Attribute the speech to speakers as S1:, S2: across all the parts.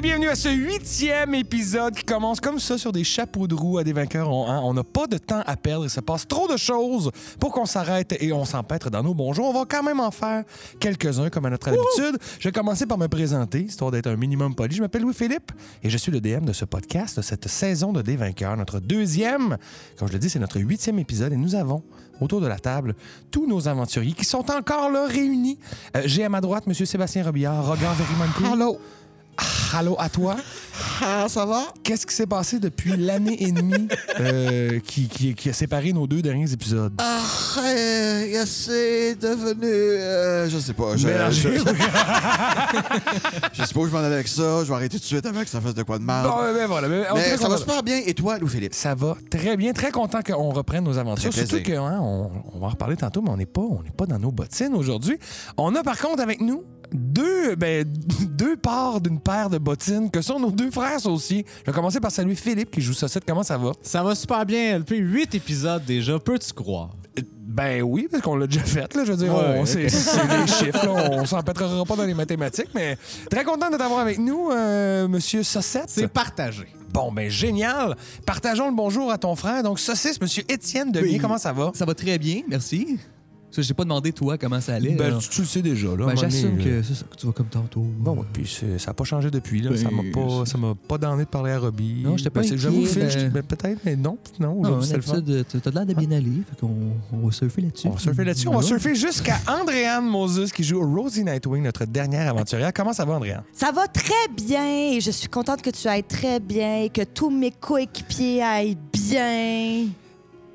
S1: bienvenue à ce huitième épisode qui commence comme ça sur des chapeaux de roue à des vainqueurs. On hein, on n'a pas de temps à perdre. Il se passe trop de choses pour qu'on s'arrête et on s'empêtre dans nos bonjours. On va quand même en faire quelques-uns comme à notre habitude. Je vais commencer par me présenter, histoire d'être un minimum poli. Je m'appelle Louis-Philippe et je suis le DM de ce podcast, de cette saison de Des vainqueurs, notre deuxième. Comme je le dis, c'est notre huitième épisode et nous avons autour de la table tous nos aventuriers qui sont encore là réunis. Euh, J'ai à ma droite M. Sébastien Robillard, Rogan Verimanco.
S2: Allô?
S1: Allô à toi.
S2: Ah, ça va?
S1: Qu'est-ce qui s'est passé depuis l'année et demie euh, qui, qui- qui a séparé nos deux derniers épisodes?
S2: Ah, euh, c'est devenu... euh, je sais pas. Je,
S1: Mélangé,
S2: je,
S1: oui.
S2: je sais pas où je m'en allais avec ça. Je vais arrêter tout de suite avant que ça fasse de quoi de mal.
S1: Bon, ben, ben, voilà, ben, en tout
S2: Mais
S1: cas,
S2: ça va
S1: va-
S2: super bien. Et toi, Louis-Philippe?
S1: ça va très bien. Très content qu'on reprenne nos aventures.
S2: Ça fait
S1: Surtout qu'on
S2: plaisir.
S1: on, on va en reparler tantôt, mais on n'est pas, on n'est pas dans nos bottines aujourd'hui. On a par contre avec nous deux, ben, deux parts d'une paire de bottines que sont nos deux frères sauciers. Je vais commencer par saluer Philippe qui joue Saucette. Comment ça va?
S3: Ça va super bien, LP. 8 épisodes déjà, peux-tu croire?
S1: Ben oui, parce qu'on l'a déjà fait. Là, je veux dire,
S3: Ouais.
S1: on- c'est c'est des chiffres. là, on s'en pètrera pas dans les mathématiques, mais très content de t'avoir avec nous, euh, Monsieur Saucette.
S3: C'est partagé.
S1: Bon, ben génial. Partageons le bonjour à ton frère. Donc, Saucisse, Monsieur Étienne Denis,
S4: Oui.
S1: comment ça va?
S4: Ça va très bien, merci. Ça, j'ai pas demandé toi comment ça allait.
S1: Ben,
S4: là.
S1: tu, euh, tu le sais déjà, là. à un
S4: Ben,
S1: moment
S4: j'assume
S1: donné, là.
S4: que, c'est ça, que tu vas comme tantôt.
S1: Bon, ouais, puis c'est- ça n'a pas changé depuis, là.
S4: Ben,
S1: ça m'a pas,
S4: c'est-
S1: ça m'a pas donné de parler à Robbie.
S4: Non, j'étais pas
S1: Ben, c'est-
S4: inquiet,
S1: J'avoue, Phil,
S4: ben-
S1: je- ben, peut-être, mais non, non,
S4: non,
S1: aujourd'hui, c'est le fun.
S4: l'habitude, t'as t'as l'air de bien aller, fait qu'on on va surfer là-dessus.
S1: On va surfer là-dessus. On va
S4: Ouais.
S1: surfer jusqu'à Andréanne Moses qui joue Rosie Nightwing, notre dernière aventurière. Comment ça va, Andréanne?
S5: Ça va très bien et je suis contente que tu ailles très bien et que tous mes coéquipiers aillent bien.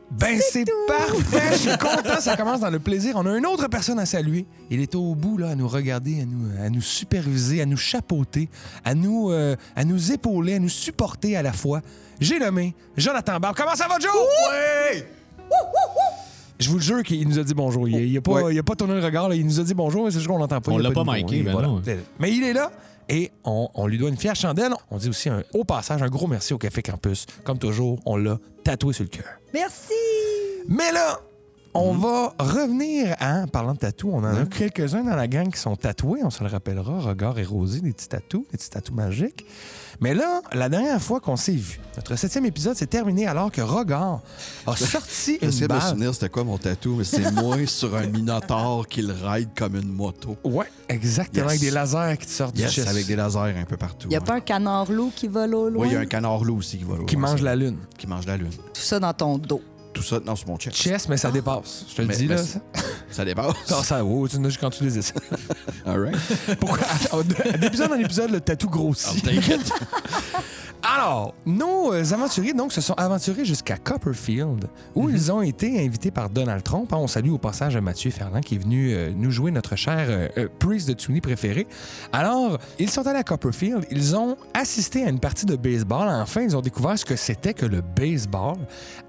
S1: Ben, c'est parfait. Je suis content. Ça commence dans le plaisir. On a une autre personne à saluer. Il est au bout, là, à nous regarder, à nous, à nous superviser, à nous chapeauter, à nous, euh, à nous épauler, à nous supporter à la fois. J'ai nommé Jonathan Barbe. Comment ça va, Joe? Oui! Je vous le jure qu'il nous a dit bonjour. Il n'a pas,
S2: Ouais.
S1: il a pas tourné le regard. là. Il nous a dit bonjour, mais c'est juste qu'on l'entend pas.
S3: On
S1: Il a
S3: l'a pas
S1: de micro.
S3: miké,
S1: Il-
S3: ben non.
S1: Mais il est là et on, on lui doit une fière chandelle. On dit aussi, un, au passage, un gros merci au Café Campus. Comme toujours, on l'a tatoué sur le cœur.
S5: Merci.
S1: Mais là, on
S2: Mhm.
S1: va revenir à, en parlant de tatou, on en a quelques-uns dans la gang qui sont tatoués, on se le rappellera, Regard et Rosé, des petits tatous, des petits tatous magiques. Mais là, la dernière fois qu'on s'est vu, notre septième épisode s'est terminé alors que Regard a sorti
S2: J'essaie
S1: une
S2: de me
S1: balle.
S2: souvenir c'était quoi mon tatou, mais c'est moi sur un minotaure qui le ride comme une moto.
S1: Ouais, exactement,
S2: Yes.
S1: avec des lasers qui te sortent du
S2: Yes,
S1: chest,
S2: avec des lasers un peu partout.
S5: Il n'y a
S2: ouais.
S5: pas un canard loup qui vole au loin?
S2: Oui, il y a un canard loup aussi qui va
S1: qui mangent la lune.
S2: qui mange la lune.
S5: Tout ça dans ton dos.
S2: Tout ça, non, c'est mon chest.
S1: Chest, mais ça dépasse. Je te le
S2: Ah. Mais-
S1: dis,
S2: mais
S1: là.
S2: c'est-
S1: Ça,
S2: Ça dépasse.
S1: ça, ça oh, tu nages quand tu les essaies.
S2: All right.
S1: Pourquoi? D'épisode en épisode, le tatou
S2: Ah,
S1: grossit.
S2: T'inquiète.
S1: Alors, nos euh, aventuriers donc se sont aventurés jusqu'à Copperfield, où ils ont été invités par Donald Trump. Hein, on salue au passage Mathieu Ferland qui est venu euh, nous jouer notre cher euh, euh, priest de Toonie préféré. Alors, ils sont allés à Copperfield, ils ont assisté à une partie de baseball. Enfin, ils ont découvert ce que c'était que le baseball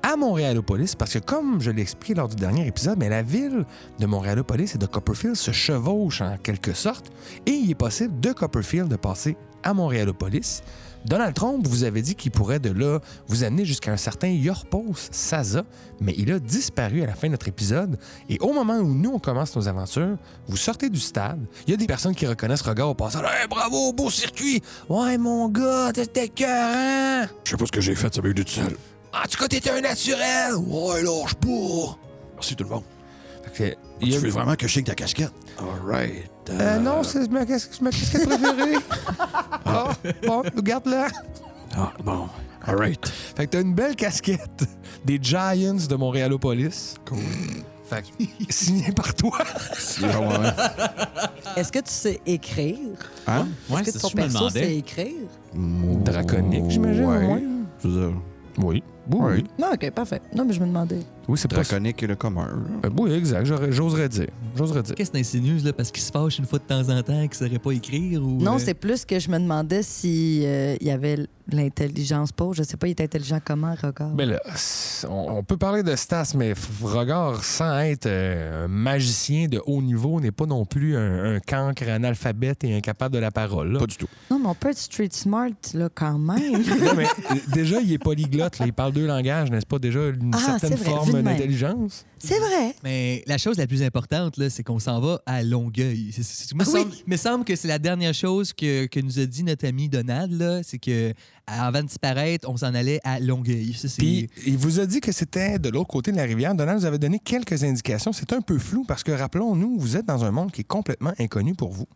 S1: à Montréalopolis, parce que comme je l'ai expliqué lors du dernier épisode, mais la ville de Montréalopolis et de Copperfield se chevauchent en quelque sorte, et il est possible de Copperfield de passer à Montréalopolis. Donald Trump vous avait dit qu'il pourrait de là vous amener jusqu'à un certain Yorpos Saza, mais il a disparu à la fin de notre épisode. Et au moment où nous, on commence nos aventures, vous sortez du stade. Il y a des personnes qui reconnaissent Regard au passage. Hey, bravo, beau circuit! Ouais, mon gars, t'étais écœurant!
S2: Je sais pas ce que j'ai fait, ça m'a eu du seul.
S1: hein? En tout cas, t'étais un naturel!
S2: Ouais, lâche pas. Merci tout le monde. Ah,
S1: Fait que, il y
S2: Tu
S1: a-
S2: veux vraiment que je chique ta casquette? All right.
S1: Euh, non, c'est ma casquette ma casquette préférée. Ah, bon, regarde-la.
S2: Ah, bon. All right.
S1: Fait que t'as une belle casquette des Giants de Montréalopolis. Cool. Fait que, signé par toi.
S5: Est-ce que tu sais écrire?
S2: Hein?
S3: Ouais, c'est
S5: Est-ce
S3: ça
S5: que ton
S3: que je me
S5: perso sait
S3: demandais.
S5: écrire?
S1: Draconique, j'imagine, au
S2: Ouais.
S1: moins.
S2: Je veux dire,
S1: Oui. Oui, oui.
S5: Non, OK, parfait. Non, mais je me demandais.
S1: Oui, c'est pas.
S2: draconique est le commun. là.
S1: Euh, oui, exact. j'aurais- J'oserais dire. J'oserais dire.
S4: Qu'est-ce que t'insinues, là, parce qu'il se fâche une fois de temps en temps qu'il saurait pas écrire ou.
S5: Non,
S4: euh,
S5: c'est plus que je me demandais si euh, il y avait l'intelligence pour. Je sais pas, il est intelligent comment, Regard?
S1: Mais
S3: Ben-
S1: là, c'est- on, on peut parler de Stas, mais F- Regard, sans être euh, un magicien de haut niveau, n'est pas non plus un, un cancre analphabète et incapable de la parole. là.
S2: Pas du tout.
S5: Non, mais on peut être street smart, là, quand même.
S1: Non, mais euh, déjà, il est polyglotte. là. Il parle deux langages, n'est-ce pas? Déjà, une
S5: ah, c'est
S1: certaine
S5: vrai.
S1: forme.
S5: de
S1: une
S5: même.
S1: intelligence.
S5: C'est vrai.
S4: Mais la chose la plus importante, là, c'est qu'on s'en va à Longueuil. C'est- c'est- me,
S5: Ah oui!
S4: semble, me semble que c'est la dernière chose que, que nous a dit notre ami Donald, là, c'est que avant de disparaître, on s'en allait à Longueuil. Ça, c'est-
S1: Puis il vous a dit que c'était de l'autre côté de la rivière. Donald vous avait donné quelques indications. C'est un peu flou parce que, rappelons-nous, vous êtes dans un monde qui est complètement inconnu pour vous.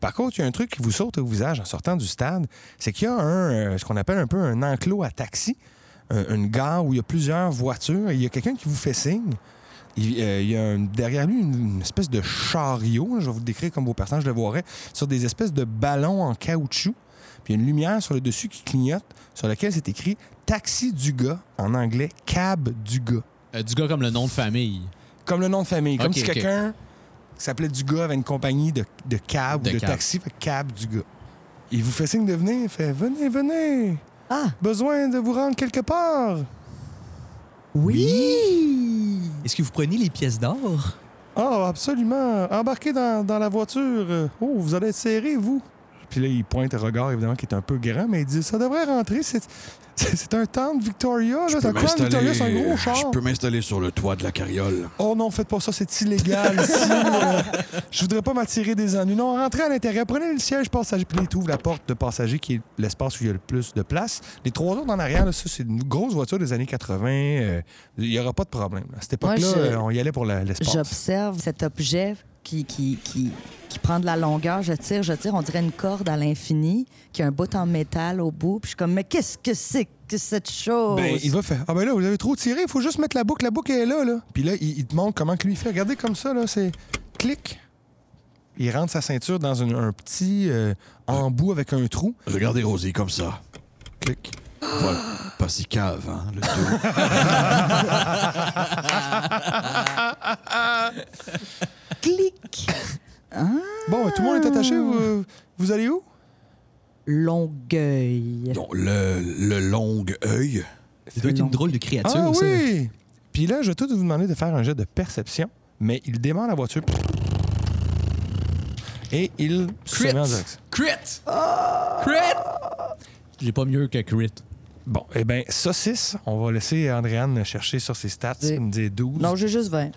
S1: Par contre, il y a un truc qui vous saute au visage en sortant du stade, c'est qu'il y a un, euh, ce qu'on appelle un peu un enclos à taxi, un- une gare où il y a plusieurs voitures et il y a quelqu'un qui vous fait signe. Il, euh, il y a un- derrière lui une, une espèce de chariot, je vais vous le décrire comme vos personnages le verraient, sur des espèces de ballons en caoutchouc. Puis il y a une lumière sur le dessus qui clignote, sur laquelle c'est écrit Taxi du gars, en anglais Cab du gars.
S3: Euh, du gars comme le nom de famille.
S1: Comme le nom de famille, comme
S3: Ok,
S1: si
S3: ok.
S1: quelqu'un s'appelait du gars avait une compagnie de, de cab
S3: De
S1: ou de
S3: cab.
S1: taxi, fait Cab du gars. Il vous fait signe de venir, il fait Venez, venez,
S5: Ah,
S1: besoin de vous rendre quelque part.
S5: oui!
S4: Est-ce que vous prenez les pièces d'or?
S1: Ah, absolument. Embarquez dans, dans la voiture. Euh, Oh, vous allez être serré, vous. Puis là, il pointe un regard, évidemment, qui est un peu grand, mais il dit Ça devrait rentrer. C'est, c'est, c'est un temple Victoria. Là.
S2: Je
S1: C'est un
S2: peux
S1: clan Victoria,
S2: m'installer-
S1: c'est un gros char.
S2: je peux m'installer sur le toit de la carriole.
S1: Oh non, faites pas ça, c'est illégal ici. Euh, je voudrais pas m'attirer des ennuis. Non, rentrez à l'intérieur, prenez le siège passager. Puis là, il t'ouvre la porte de passager qui est l'espace où il y a le plus de place. Les trois autres en arrière, là, ça, c'est une grosse voiture des années 80. euh, Il y aura pas de problème. là. À cette époque-là,
S5: Moi, je-
S1: euh, on y allait pour la- l'espace.
S5: J'observe cet objet qui, qui, qui, qui prend de la longueur. Je tire, je tire. On dirait une corde à l'infini qui a un bout en métal au bout. Puis je suis comme, mais qu'est-ce que c'est que cette chose?
S1: Ben, il va faire. Ah ben là, vous avez trop tiré, il faut juste mettre la boucle. La boucle est là, là. Puis là, il, il te montre comment que lui fait. Regardez comme ça, là, c'est clic. Il rentre sa ceinture dans une- un petit euh, embout avec un trou.
S2: Regardez Rosie comme ça.
S1: Clic.
S2: Voilà. Pas si cave, hein, le tout.
S5: clique.
S1: Bon, tout le monde est attaché. Vous, vous allez où?
S5: Longueuil.
S2: Donc, le, le long œil.
S4: Ça doit être une drôle de créature,
S1: Ah
S4: ça.
S1: oui! Puis là, je vais tout vous demander de faire un jet de perception, mais il démarre la voiture. Et il se
S4: Crit.
S1: met en direction.
S4: Crit! Crit!
S3: J'ai pas mieux que Crit.
S1: Bon, eh bien, saucisse, on va laisser Andréane chercher sur ses stats.
S5: Oui.
S1: Il me dit 12.
S5: Non, j'ai juste 20.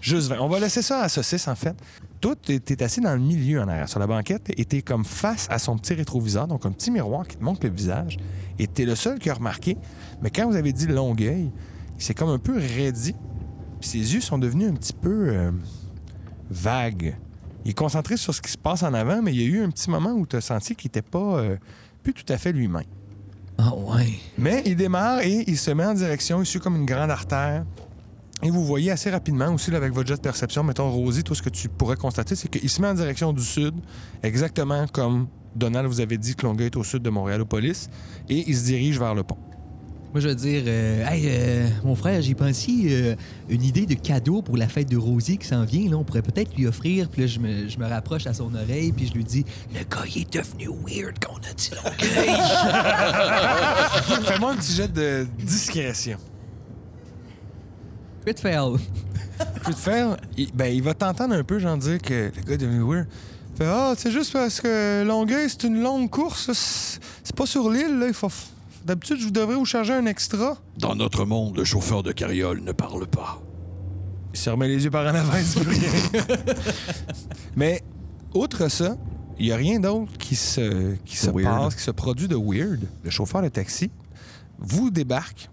S1: Juste 20. On va laisser ça à saucisse, en fait. Toi, t'es t'es assis dans le milieu en arrière, sur la banquette, et t'es comme face à son petit rétroviseur, donc un petit miroir qui te montre le visage. Et t'es le seul qui a remarqué. Mais quand vous avez dit Longueuil, il s'est comme un peu raidi. Puis ses yeux sont devenus un petit peu euh, vagues. Il est concentré sur ce qui se passe en avant, mais il y a eu un petit moment où tu as senti qu'il n'était pas euh, plus tout à fait lui-même.
S4: Ah ouais.
S1: Mais il démarre et il se met en direction, il suit comme une grande artère. Et vous voyez assez rapidement aussi, là, avec votre jet de perception, mettons Rosie, tout ce que tu pourrais constater, c'est qu'il se met en direction du sud, exactement comme Donald vous avait dit que Longueuil est au sud de Montréalopolis, et il se dirige vers le pont.
S4: Moi, je veux dire, euh, hey, euh, mon frère, j'ai pensé euh, une idée de cadeau pour la fête de Rosie qui s'en vient. Là, on pourrait peut-être lui offrir. Puis là, je me, je me rapproche à son oreille, puis je lui dis Le gars, il est devenu weird qu'on a dit Longueuil.
S1: Fais-moi un petit jet de discrétion.
S4: Crit fail.
S1: peux te faire, il, ben, il va t'entendre un peu, genre, dire que le gars de Weir fait Ah, c'est juste parce que Longueuil, c'est une longue course, c'est c'est pas sur l'île, là, il faut. f- D'habitude, je vous devrais vous charger un extra.
S2: Dans notre monde, le chauffeur de carriole ne parle pas.
S1: Il se remet les yeux par en avant, il dit plus rien. Mais, outre ça, il n'y a rien d'autre qui se, qui se
S2: weird.
S1: passe, qui se produit de weird. Le chauffeur de taxi vous débarque.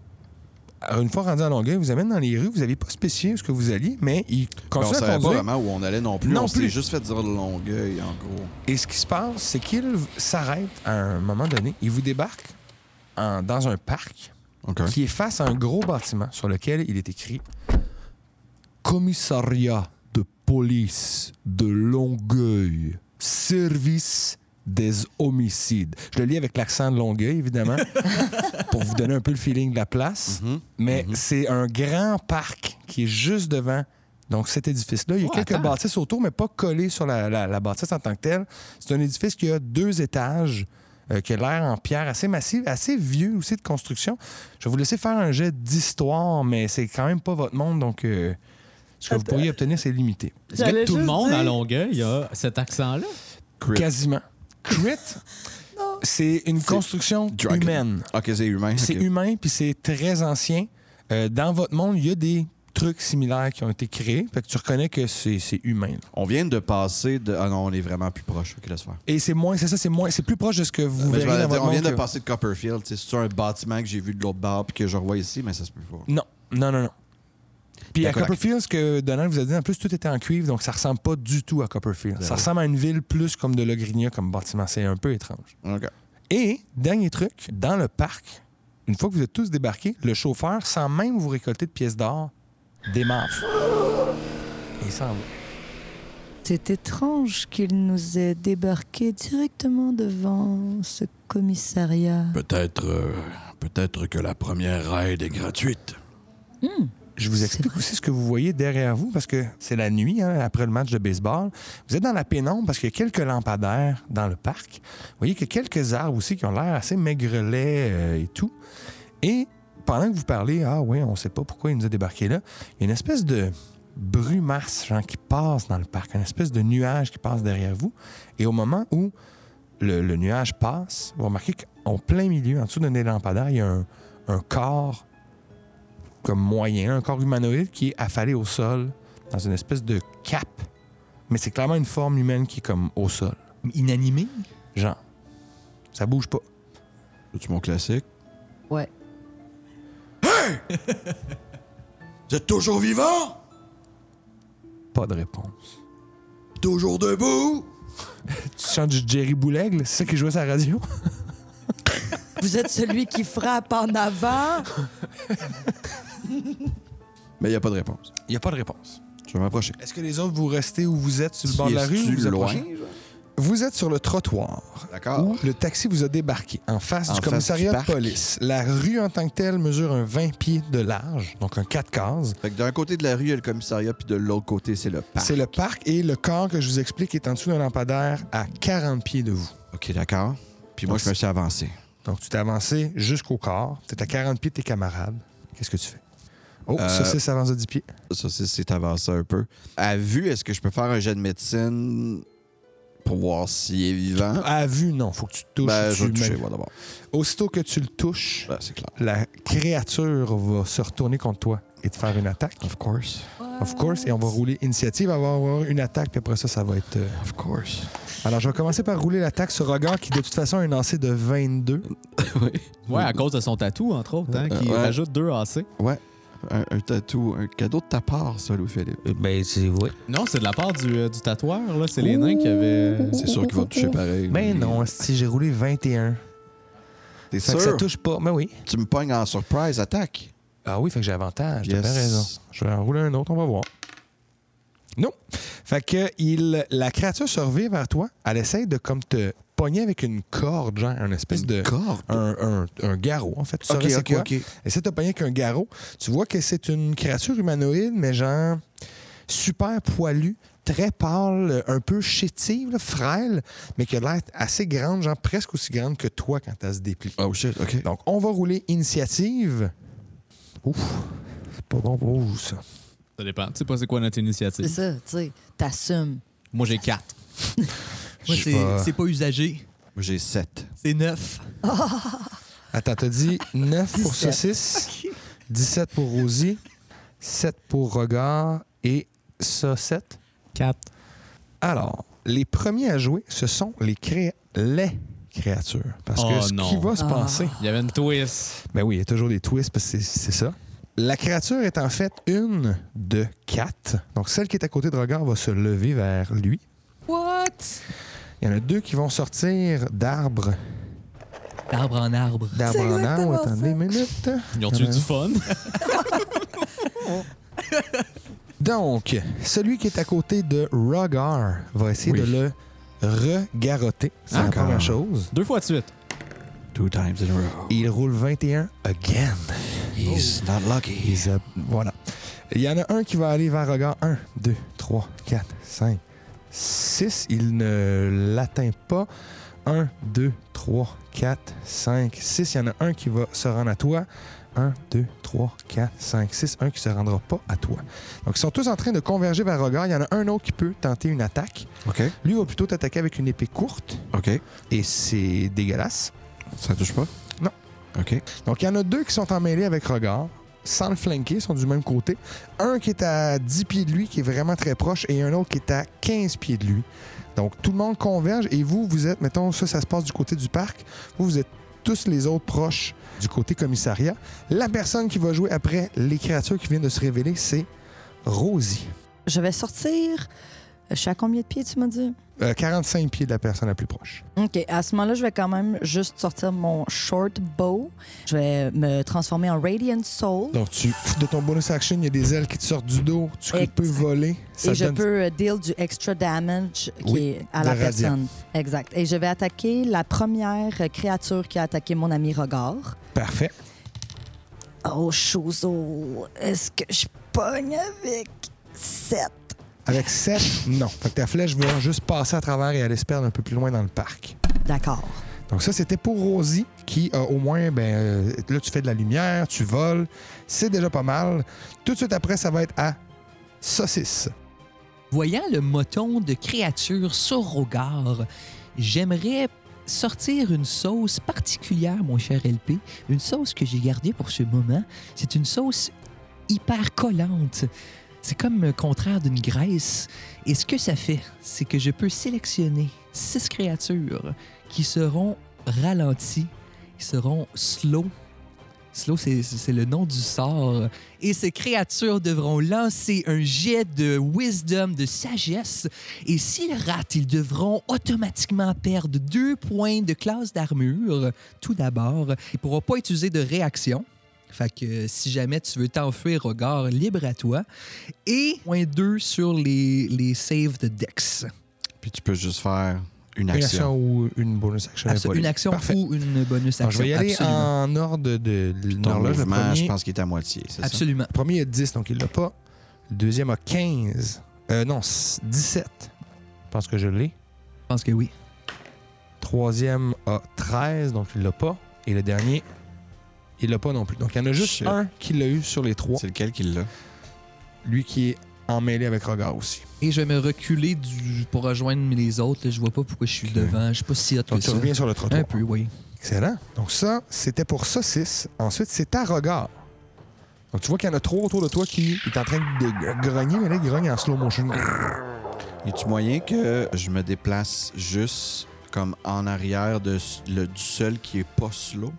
S1: Alors, Une fois rendu à Longueuil, il vous amène dans les rues. Vous n'avez pas spécifié où ce que vous alliez, mais il
S2: Ben, on
S1: continue à
S2: savait pas
S1: conduire.
S2: vraiment où on allait non plus.
S1: Non
S2: on s'est
S1: plus.
S2: juste fait dire le longueuil, en gros.
S1: Et ce qui se passe, c'est qu'il s'arrête à un moment donné. Il vous débarque en- dans un parc
S2: OK.
S1: qui est face à un gros bâtiment sur lequel il est écrit Commissariat de police de Longueuil, service des homicides. Je le lis avec l'accent de Longueuil, évidemment, pour vous donner un peu le feeling de la place. Mais c'est un grand parc qui est juste devant. Donc, cet édifice-là, il y a
S3: Oh,
S1: quelques
S3: attends.
S1: bâtisses autour, mais pas collées sur la, la- la bâtisse en tant que telle. C'est un édifice qui a deux étages, euh, qui a l'air en pierre assez massive, assez vieux aussi de construction. Je vais vous laisser faire un jet d'histoire, mais c'est quand même pas votre monde, donc euh, ce que vous pourriez obtenir, c'est limité.
S3: Est-ce que
S5: J'allais
S3: tout le
S5: juste
S3: monde
S5: dire-
S3: à Longueuil a cet accent-là?
S1: Quasiment. Crit, c'est une construction
S2: Dragon.
S1: humaine.
S2: OK, c'est humain.
S1: C'est
S2: ok.
S1: humain, puis c'est très ancien. euh, dans votre monde, il y a des trucs similaires qui ont été créés. Fait que tu reconnais que c'est c'est humain. là.
S2: On vient de passer de. Ah non, on est vraiment plus proche. Ok, laisse faire.
S1: Et c'est moins, c'est ça, c'est moins, c'est plus proche de ce que vous
S2: Mais Ben, je
S1: verrez
S2: vais
S1: dans
S2: dire,
S1: votre
S2: on
S1: monde.
S2: vient de
S1: que-
S2: passer de Copperfield. tu sais, C'est un bâtiment que j'ai vu de l'autre bord puis que je revois ici, mais ça se peut pas.
S1: Non, non, non, non. Puis à
S2: D'accord.
S1: Copperfield, ce que Donald vous a dit, en plus, tout était en cuivre, donc ça ressemble pas du tout à Copperfield. Ça
S2: Zéro.
S1: ressemble à une ville plus comme de Logrinia comme bâtiment. C'est un peu étrange.
S2: OK.
S1: Et, dernier truc, dans le parc, une fois que vous êtes tous débarqués, le chauffeur, sans même vous récolter de pièces d'or, démarre. Il s'en va.
S5: C'est étrange qu'il nous ait débarqué directement devant ce commissariat.
S6: Peut-être euh, peut-être que la première ride est gratuite.
S1: Je vous
S5: C'est
S1: explique
S5: vrai.
S1: aussi ce que vous voyez derrière vous, parce que c'est la nuit, hein, après le match de baseball. Vous êtes dans la pénombre parce qu'il y a quelques lampadaires dans le parc. Vous voyez qu'il y a quelques arbres aussi qui ont l'air assez maigrelets euh, et tout. Et pendant que vous parlez, ah ouais, on sait pas pourquoi il nous a débarqué là, il y a une espèce de brumasse genre, qui passe dans le parc, une espèce de nuage qui passe derrière vous. Et au moment où le, le nuage passe, vous remarquez qu'en plein milieu, en dessous d'un des lampadaires, il y a un- un corps comme moyen, un corps humanoïde qui est affalé au sol dans une espèce de cape. Mais c'est clairement une forme humaine qui est comme au sol.
S4: Inanimé?
S1: Genre, ça bouge pas.
S2: C'est mon classique.
S5: Ouais.
S6: Vous êtes toujours vivant
S1: Pas de réponse.
S6: Toujours debout
S1: Tu chantes du Jerry Boulegle, c'est ça qui jouait sa radio?
S5: Vous êtes celui qui frappe en avant.
S2: Mais il n'y a pas de réponse.
S1: Il n'y a pas de réponse.
S2: Je vais m'approcher.
S1: Est-ce que les autres, vous restez où vous êtes Ah. sur le bord de la rue? ou
S2: Es-tu
S1: vous
S2: loin?
S1: approchez? Vous êtes sur le trottoir
S2: D'accord.
S1: où le taxi vous a débarqué en face
S2: En
S1: du
S2: face
S1: commissariat
S2: du
S1: de
S2: parc.
S1: police. La rue en tant que telle mesure un 20 pieds de large, donc un 4 cases.
S2: Fait que d'un côté de la rue, il y a le commissariat, puis de l'autre côté, c'est le parc.
S1: C'est le parc et le corps que je vous explique est en dessous d'un lampadaire à 40 pieds de vous.
S2: OK, d'accord. Puis moi,
S1: Donc,
S2: je me suis avancé.
S1: Donc, tu t'es avancé jusqu'au corps. Tu es à 40 pieds de tes camarades. Qu'est-ce que tu fais? Oh,
S2: Euh,
S1: ça, c'est avance de 10 pieds.
S2: Ça, c'est- c'est avancé un peu. À vue, est-ce que je peux faire un jet de médecine pour voir s'il est vivant?
S1: À vue, non. Faut que tu te touches.
S2: Ben,
S1: tu
S2: je vais le toucher,
S1: mets-
S2: moi, d'abord.
S1: Aussitôt que tu le touches,
S2: Ben, c'est clair.
S1: la créature va se retourner contre toi et te faire une attaque.
S2: Of course.
S1: Of course. Et on va rouler initiative. Elle va avoir une attaque, puis après ça, ça va être. euh,
S2: Of course.
S1: Alors, je vais commencer par rouler l'attaque sur Regard, qui de toute façon a un AC de 22.
S3: Ouais, à cause de son tatou, entre autres, hein, qui
S2: Ouais.
S3: rajoute deux AC.
S2: Un, un tatou, un cadeau de ta part, ça, Louis-Philippe.
S1: Ben, c'est oui.
S3: Non, c'est de la part du, euh, du tatoueur, là. C'est les nains qui avaient.
S2: C'est sûr qu'il va me toucher pareil.
S1: Mais Ben non, si j'ai roulé 21.
S2: T'es
S1: Fait
S2: sûr?
S1: que ça touche pas. Mais oui.
S2: Tu me pognes en surprise, attaque.
S1: Ah oui, fait que j'ai avantage. T'as
S2: Yes.
S1: bien raison. Je vais en rouler un autre, on va voir. Non. Fait que il, la créature survit vers toi. Elle essaie de comme te pogner avec une corde, genre un espèce de.
S2: Corde.
S1: Un, un- un garrot, en fait. Tu
S2: Ok,
S1: saurais c'est
S2: ok,
S1: quoi.
S2: ok.
S1: Essaie de te pogner avec un garrot. Tu vois que c'est une créature humanoïde, mais genre super poilue, très pâle, un peu chétive, là, frêle, mais qui a l'air assez grande, genre presque aussi grande que toi quand elle se déplie.
S2: Oh shit, ok.
S1: Donc, on va rouler initiative. Ouf, c'est pas bon pour vous, ça.
S3: Ça dépend. Tu sais pas c'est quoi notre
S5: C'est
S3: initiative.
S5: ça, tu sais. T'assumes.
S3: Moi, j'ai quatre.
S4: Moi,
S1: Je sais
S4: c'est
S1: pas.
S4: c'est pas usagé.
S2: Moi, j'ai 7.
S4: C'est neuf.
S1: Attends, t'as dit 9 pour Saucisse, 17 pour Rosie, 7 pour Regard et ça, 7.
S3: Quatre.
S1: Alors, les premiers à jouer, ce sont les, cré... les créatures. Parce que
S3: Oh
S1: ce
S3: non.
S1: qui va se
S5: Ah.
S1: passer,
S3: Il y avait une twist.
S1: Ben oui, il y a toujours des twists parce que c'est- c'est ça. La créature est en fait une de quatre. Donc celle qui est à côté de Regard va se lever vers lui.
S5: What?
S1: Il y en a deux qui vont sortir d'arbres.
S4: D'arbre en arbre.
S1: D'arbre
S5: C'est
S1: en arbre,
S5: exactement
S1: attendez une minute.
S3: Ils ont eu
S1: Euh.
S3: du fun.
S1: Donc, celui qui est à côté de Rogar va essayer
S2: Oui.
S1: de le regarotter. C'est la
S2: Encore.
S1: première chose.
S3: Deux fois de suite.
S2: Two times in a row.
S1: Il roule 21 again.
S2: He's not lucky.
S1: Ils a- Voilà. Il y en a un qui va aller vers regard. 1, 2, 3, 4, 5, 6. Il ne l'atteint pas. 1, 2, 3, 4, 5, 6. Il y en a un qui va se rendre à toi. 1, 2, 3, 4, 5, 6. Un qui se rendra pas à toi. Donc, ils sont tous en train de converger vers regard. Il y en a un autre qui peut tenter une attaque.
S2: OK.
S1: Lui va plutôt t'attaquer avec une épée courte.
S2: OK.
S1: Et c'est dégueulasse.
S2: Ça touche pas?
S1: Non.
S2: OK.
S1: Donc, il y en a deux qui sont emmêlés avec regard. sans le flanquer, sont du même côté. Un qui est à 10 pieds de lui, qui est vraiment très proche, et un autre qui est à 15 pieds de lui. Donc, tout le monde converge et vous, vous êtes, mettons, ça, ça se passe du côté du parc. Vous, vous êtes tous les autres proches du côté commissariat. La personne qui va jouer après les créatures qui viennent de se révéler, c'est Rosie.
S5: Je vais sortir. Je suis à combien de pieds, tu m'as dit?
S1: Euh, 45 pieds de la personne la plus proche.
S5: OK. À ce moment-là, je vais quand même juste sortir mon short bow. Je vais me transformer en Radiant Soul.
S1: Donc, tu, de ton bonus action, il y a des ailes qui te sortent du dos. Tu
S5: Exact.
S1: peux voler. Ça
S5: et
S1: te
S5: je
S1: donne-
S5: peux euh, deal du extra damage qui
S1: Oui,
S5: est à
S1: de
S5: la
S1: radiant.
S5: personne. Exact. Et je vais attaquer la première euh, créature qui a attaqué mon ami Regard.
S1: Parfait.
S5: Oh, Chouzo, est-ce que je pogne avec 7?
S1: Avec 7, non. Fait que ta flèche va juste passer à travers et aller se perdre un peu plus loin dans le parc.
S5: D'accord.
S1: Donc ça, c'était pour Rosie, qui a au moins, ben, euh, là, tu fais de la lumière, tu voles, c'est déjà pas mal. Tout de suite après, ça va être à Saucisse.
S4: Voyant le moton de créatures sur Rogard, j'aimerais sortir une sauce particulière, mon cher LP. Une sauce que j'ai gardée pour ce moment. C'est une sauce hyper collante. C'est comme le contraire d'une graisse. Et ce que ça fait, c'est que je peux sélectionner six créatures qui seront ralenties, qui seront slow. Slow, c'est- c'est le nom du sort et ces créatures devront lancer un jet de wisdom, de sagesse, et s'ils ratent, ils devront automatiquement perdre deux points de classe d'armure. Tout d'abord, ils ne pourront pas utiliser de réaction. Fait que euh, si jamais tu veux t'enfuir, regard libre à toi. Et point 2 sur les, les saves de Dex.
S2: Puis tu peux juste faire
S1: Une
S2: une action.
S1: action ou une bonus action.
S4: Absol-
S1: volée.
S4: une action
S1: Parfait.
S4: ou une bonus action.
S1: Alors, je vais y aller
S4: Absolument.
S1: en ordre de, de
S2: Ton
S1: l'horloge. Le
S2: mouvement,
S1: premier,
S2: je pense qu'il est à moitié, c'est ça?
S4: Absolument.
S1: le premier a 10, donc il l'a pas. Le deuxième a 15. Euh, non, s- 17. Je pense que je l'ai.
S4: Je pense que oui.
S1: Troisième a 13, donc il l'a pas. Et le dernier, il l'a pas non plus. Donc il y en a juste
S2: Shit.
S1: un qui l'a eu sur les trois.
S2: C'est lequel qui l'a?
S1: Lui qui est emmêlé avec regard aussi.
S4: Et je vais me reculer du... pour rejoindre les autres. là. Je vois pas pourquoi je suis devant. Je suis pas si hot que
S1: Donc tu
S4: ça.
S1: reviens sur le
S4: Un
S1: trottoir.
S4: peu, oui.
S1: Excellent. Donc ça, c'était pour Saucisse. Ensuite, c'est à regard. Donc tu vois qu'il y en a trois autour de toi qui est en train de gr- grogner, mais là, il grogne en slow motion.
S2: Y a-tu moyen que je me déplace juste comme en arrière de, s- le, du seul qui est pas slow?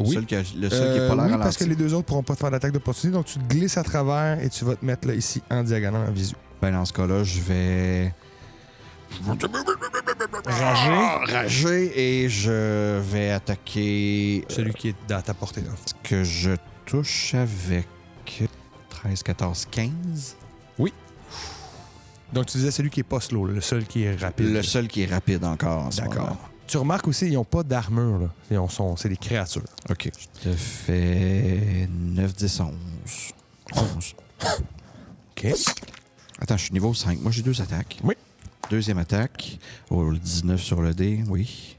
S1: Oui.
S2: Seul qui a- le seul qui est
S1: Euh,
S2: pas l'air
S1: oui,
S2: ralenti.
S1: parce que les deux autres pourront pas te faire d'attaque d'opportunité, donc tu te glisses à travers et tu vas te mettre là ici en diagonale en visu.
S2: Ben dans ce cas-là, je vais... Rager. Rager et je vais attaquer euh,
S1: qui est dans ta portée. là.
S2: ce que je touche avec 13, 14, 15.
S1: Donc tu disais celui qui est pas slow, le seul qui est rapide.
S2: Le seul qui est rapide encore en ce
S1: D'accord.
S2: moment.
S1: Tu remarques aussi, ils n'ont pas d'armure. là. Ils ont- sont- C'est des créatures.
S2: OK. Je te fais 9, 10, 11. 11.
S1: OK.
S2: Attends, je suis niveau 5. Moi, j'ai deux attaques.
S1: Oui.
S2: Deuxième attaque. Oh, le 19 sur le dé, oui.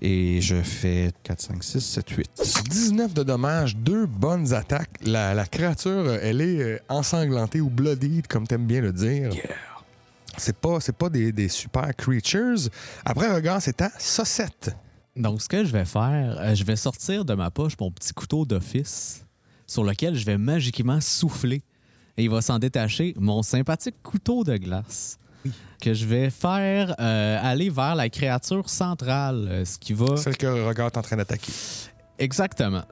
S2: Et je fais 4, 5, 6, 7, 8.
S1: 19 de dommages, deux bonnes attaques. La, la créature, euh, elle est euh, ensanglantée ou bloodied, comme t'aimes bien le dire. C'est pas, c'est pas des, des super creatures. Après, regarde, c'est à saucette.
S3: Donc, ce que je vais faire, euh, je vais sortir de ma poche mon petit couteau d'office sur lequel je vais magiquement souffler et il va s'en détacher mon sympathique couteau de glace que je vais faire euh, aller vers la créature centrale, euh, ce qui va...
S1: Celle que regarde est en train d'attaquer.
S3: Exactement.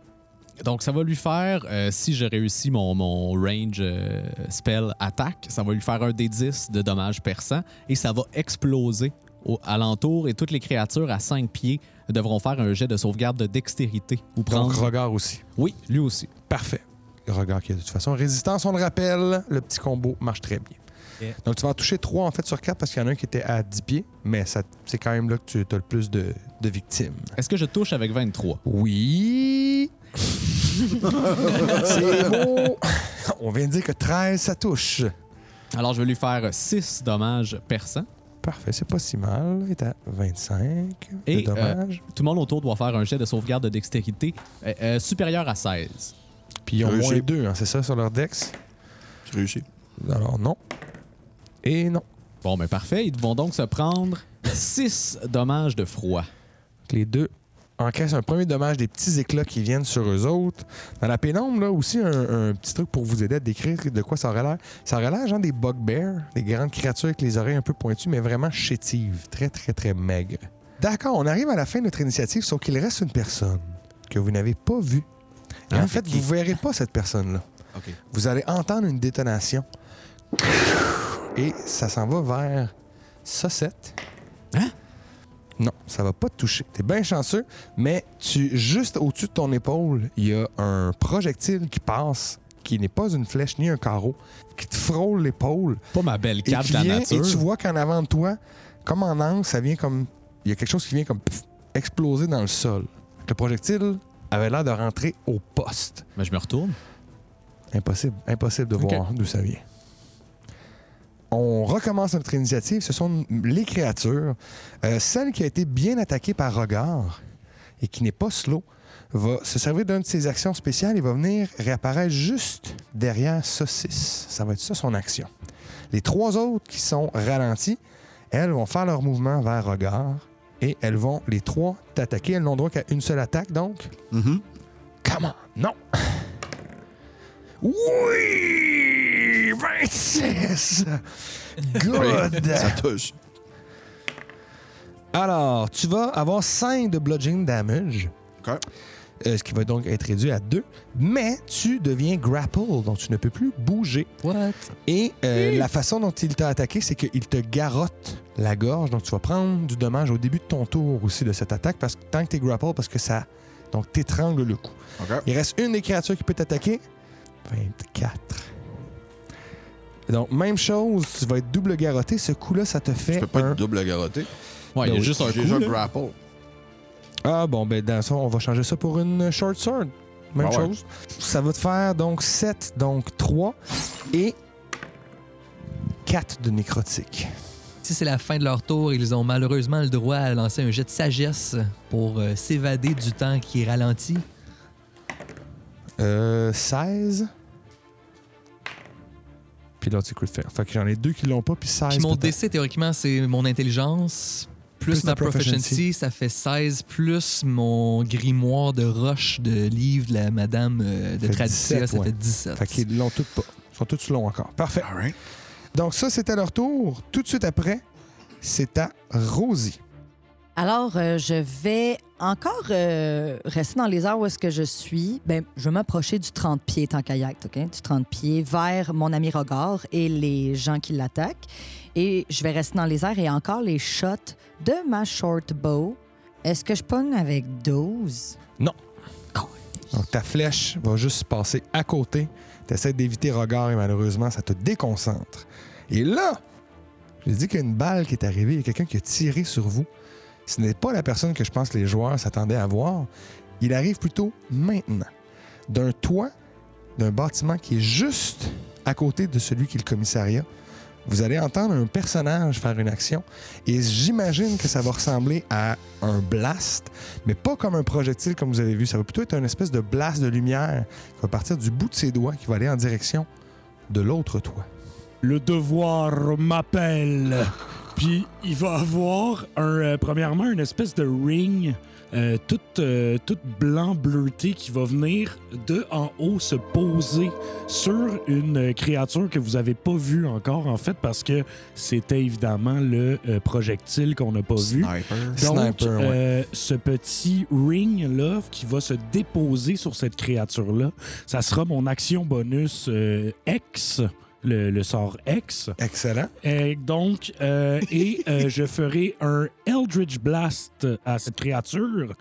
S3: Donc, ça va lui faire, euh, si je réussis mon, mon range euh, spell attaque, ça va lui faire un D10 de dommages perçants et ça va exploser au, alentour et toutes les créatures à 5 pieds devront faire un jet de sauvegarde de dextérité ou
S1: Donc,
S3: prendre.
S1: regard aussi.
S3: Oui, lui aussi.
S1: Parfait. Regard qui a de toute façon résistance, on le rappelle. Le petit combo marche très bien.
S4: Yeah.
S1: Donc, tu vas en toucher 3 en fait sur 4 parce qu'il y en a un qui était à 10 pieds, mais ça- c'est quand même là que tu as le plus de, de victimes.
S3: Est-ce que je touche avec 23?
S1: Oui. c'est beau. On vient de dire que 13, ça touche.
S3: Alors, je vais lui faire 6 dommages perçants.
S1: Parfait, c'est pas si mal. Il est à 25.
S3: Et, euh,
S1: de dommage.
S3: Tout le monde autour doit faire un jet de sauvegarde de dextérité euh, euh, supérieur à 16.
S1: Puis ils ont moins
S2: J'ai-
S1: 2, c'est ça, sur leur dex?
S2: Tu réussis.
S1: Alors non. Et non.
S3: Bon, ben, mais parfait. Ils vont donc se prendre 6 dommages de froid.
S1: Les deux encaissent un premier dommage des petits éclats qui viennent sur eux autres. Dans la pénombre, là, aussi, un, un petit truc pour vous aider à décrire de quoi ça aurait l'air. Ça aurait l'air, genre, des bugbears, des grandes créatures avec les oreilles un peu pointues, mais vraiment chétives, très, très, très maigres. D'accord, on arrive à la fin de notre initiative, sauf qu'il reste une personne que vous n'avez pas vue. Et
S2: Ah,
S1: en fait,
S2: qui?
S1: vous ne verrez pas cette personne-là.
S2: OK.
S1: Vous allez entendre une détonation. Et ça s'en va vers Saucette.
S3: Hein?
S1: Non, ça va pas te toucher. T'es bien chanceux, mais tu juste au-dessus de ton épaule, il y a un projectile qui passe, qui n'est pas une flèche ni un carreau, qui te frôle l'épaule
S3: Pas ma belle
S1: et
S3: cape
S1: qui
S3: de la
S1: vient,
S3: nature.
S1: Et tu vois qu'en avant de toi, comme en angle, ça vient comme. Il y a quelque chose qui vient comme pff, exploser dans le sol. Le projectile avait l'air de rentrer au poste.
S3: Mais je me retourne.
S1: Impossible, impossible de
S3: Ok.
S1: voir d'où ça vient. On recommence notre initiative. Ce sont les créatures. Euh, celle qui a été bien attaquée par Regard et qui n'est pas slow va se servir d'une de ses actions spéciales et va venir réapparaître juste derrière Saucisse. Ça va être ça son action. Les trois autres qui sont ralentis, elles vont faire leur mouvement vers Regard et elles vont les trois t'attaquer. Elles n'ont droit qu'à une seule attaque donc.
S2: Mhm.
S1: Comment? Non. Oui! 26! Good!
S2: Ça touche.
S1: Alors, tu vas avoir 5 de bludgeoning damage.
S2: OK.
S1: Euh, ce qui va donc être réduit à 2. Mais tu deviens grapple, donc tu ne peux plus bouger.
S5: What?
S1: Et euh, la façon dont il t'a attaqué, c'est qu'il te garotte la gorge. Donc, tu vas prendre du dommage au début de ton tour aussi de cette attaque, parce que tant que tu es grapple, parce que ça. Donc, t'étrangle le cou.
S2: OK.
S1: Il reste une des créatures qui peut t'attaquer. 24. Donc, même chose, tu vas être double garrotté. Ce coup-là, ça te
S2: Je
S1: fait.
S2: peux pas
S1: un-
S2: être double garotté.
S3: Ouais, il y
S1: Ben
S3: a
S1: oui,
S3: juste un
S2: J'ai
S3: coup.
S2: déjà
S3: là.
S2: grapple.
S1: Ah bon, ben dans ça, on va changer ça pour une short sword. Même
S2: Ah ouais.
S1: chose. Ça va te faire donc 7, donc 3 et 4 de nécrotique.
S4: Si c'est la fin de leur tour, ils ont malheureusement le droit à lancer un jet de sagesse pour euh, s'évader du temps qui ralentit.
S1: Ah, Euh, 16. Puis là, tu coup de fer. Fait que j'en ai deux qui l'ont pas, puis 16.
S4: Puis mon
S1: peut-être.
S4: DC, théoriquement, c'est mon intelligence plus,
S1: Plus
S4: ma
S1: ta
S4: proficiency,
S1: proficiency.
S4: ça fait 16, plus mon grimoire de roche de livre de la madame euh, de
S1: fait
S4: tradition,
S1: 17,
S4: ça
S1: ouais.
S4: fait 17.
S1: Fait qu'ils l'ont toutes pas. Ils sont tous longs encore. Parfait.
S6: All right.
S1: Donc ça, c'était leur tour. Tout de suite après, c'est à Rosie.
S5: Alors, euh, je vais encore euh, rester dans les airs où est-ce que je suis. Ben, je vais m'approcher du 30 pieds, tant qu'à y être, OK? Du 30 pieds vers mon ami Regard et les gens qui l'attaquent. Et je vais rester dans les airs et encore les shots de ma short bow. Est-ce que je pogne avec 12?
S1: Donc ta flèche va juste passer à côté. T'essaies d'éviter regard et malheureusement, ça te déconcentre. Et là, j'ai dit qu'il y a une balle qui est arrivée. Il y a quelqu'un qui a tiré sur vous. Ce n'est pas la personne que je pense que les joueurs s'attendaient à voir. Il arrive plutôt maintenant. D'un toit, d'un bâtiment qui est juste à côté de celui qui est le commissariat. Vous allez entendre un personnage faire une action et j'imagine que ça va ressembler à un blast, mais pas comme un projectile comme vous avez vu. Ça va plutôt être une espèce de blast de lumière qui va partir du bout de ses doigts qui va aller en direction de l'autre toit.
S7: Le devoir m'appelle. Puis il va avoir un, euh, premièrement une espèce de ring euh, tout, euh, tout blanc bleuté qui va venir de en haut se poser sur une euh, créature que vous avez pas vue encore en fait parce que c'était évidemment le euh, projectile qu'on n'a pas vu.
S2: Sniper.
S7: Donc,
S1: Sniper, ouais.
S7: euh, ce petit ring là qui va se déposer sur cette créature là, ça sera mon action bonus euh, X, le, le sort X.
S1: Excellent.
S7: Et donc, euh, et euh, je ferai un Eldritch Blast à cette créature.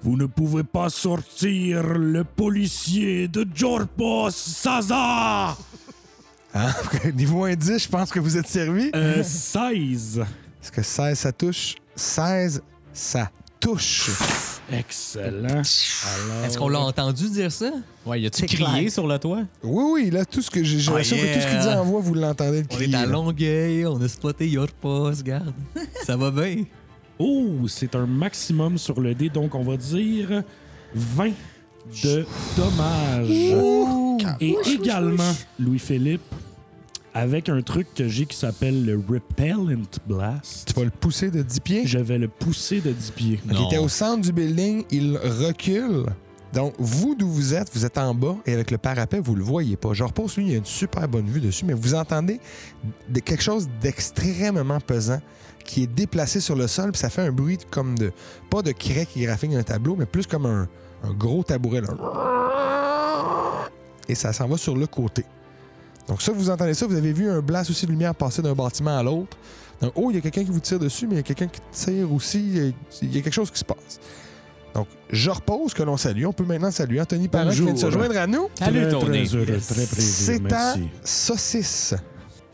S7: Vous ne pouvez pas sortir le policier de Jorpos Saza!
S1: Hein? Niveau indice, je pense que vous êtes servi.
S7: Euh, 16.
S1: Est-ce que 16, ça touche? 16, ça touche.
S7: Excellent. Alors...
S4: Est-ce qu'on l'a entendu dire ça?
S3: Ouais, y a-tu
S5: C'est
S3: crié
S5: clair.
S3: sur le toit?
S1: Oui, oui, là, tout ce que j'ai... J'ai
S4: Oh,
S1: l'impression que tout ce qu'il dit
S4: yeah.
S1: en voix, vous l'entendez le
S4: On
S1: crier,
S4: est à
S1: là.
S4: Longueuil, on a spoté your post, garde. ça va bien.
S7: Oh, c'est un maximum sur le dé, donc on va dire 20 de dommages. Et également, Louis-Philippe, avec un truc que j'ai qui s'appelle le Repellent Blast.
S1: Tu vas le pousser de 10 pieds.
S7: Je vais le pousser de 10 pieds.
S1: Il
S3: Non.
S1: était au centre du building, il recule. Donc, vous, d'où vous êtes, vous êtes en bas et avec le parapet, vous le voyez pas. Je repose, lui, il a une super bonne vue dessus, mais vous entendez de- quelque chose d'extrêmement pesant qui est déplacé sur le sol, puis ça fait un bruit comme de. pas de craie qui graphique un tableau, mais plus comme un, un gros tabouret, là. Et ça s'en va sur le côté. Donc, ça, vous entendez ça, vous avez vu un blast aussi de lumière passer d'un bâtiment à l'autre. Donc, oh, il y a quelqu'un qui vous tire dessus, mais il y a quelqu'un qui tire aussi. Il y a- il y a quelque chose qui se passe. Donc, je repose que l'on salue. On peut maintenant saluer Anthony Parent qui vient de se
S7: Bonjour.
S1: joindre à nous.
S3: Salut,
S7: très,
S3: Tony.
S7: Très heureux, très plaisir,
S1: C'est à
S7: merci.
S1: saucisse.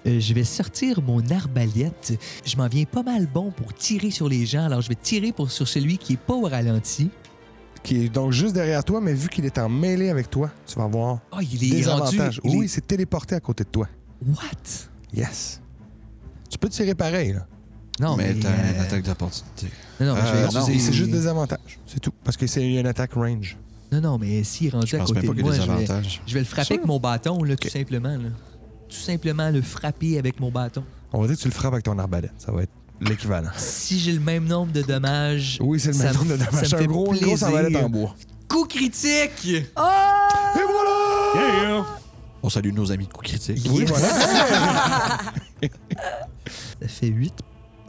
S4: Euh, je vais sortir mon arbalète. Je m'en viens pas mal bon pour tirer sur les gens, alors je vais tirer pour, sur celui qui est pas au ralenti.
S1: Qui est donc juste derrière toi, mais vu qu'il est en mêlée avec toi, tu vas avoir
S4: Ah, il est
S1: des
S4: rendu.
S1: avantages.
S4: il
S1: Oui, il
S4: est-
S1: s'est téléporté à côté de toi.
S4: What?
S1: Yes. Tu peux tirer pareil, là.
S4: Non, mais.
S2: mais t'as
S4: euh,
S2: une attaque d'opportunité.
S4: Non, non, mais je vais
S2: Euh,
S1: Non,
S4: utiliser-
S1: c'est juste des avantages. C'est tout. Parce que c'est une attaque range.
S4: Non, non, mais s'il est rendu
S2: Je
S4: à
S2: pense
S4: côté
S2: même pas
S4: de
S2: qu'il y a
S4: moi,
S2: des
S4: je vais,
S2: avantages.
S4: je vais le frapper
S1: Sûr.
S4: avec mon bâton, là,
S1: Ok.
S4: tout simplement. Là. Tout simplement le frapper avec mon bâton.
S1: On va dire que tu le frappes avec ton arbalète. Ça va être l'équivalent.
S4: Si j'ai le même nombre de dommages,
S1: Oui, c'est le
S4: Ça
S1: même nombre de
S4: me- ça
S1: dommages.
S4: me
S1: C'est un
S4: fait
S1: gros, une grosse
S4: plaisir.
S1: arbalète en bois.
S4: coup critique!
S5: Oh!
S1: Et voilà!
S7: Yeah, yeah.
S2: On salue nos amis de coups critiques.
S1: Oui,
S4: Yes.
S1: voilà.
S4: Ça fait 8.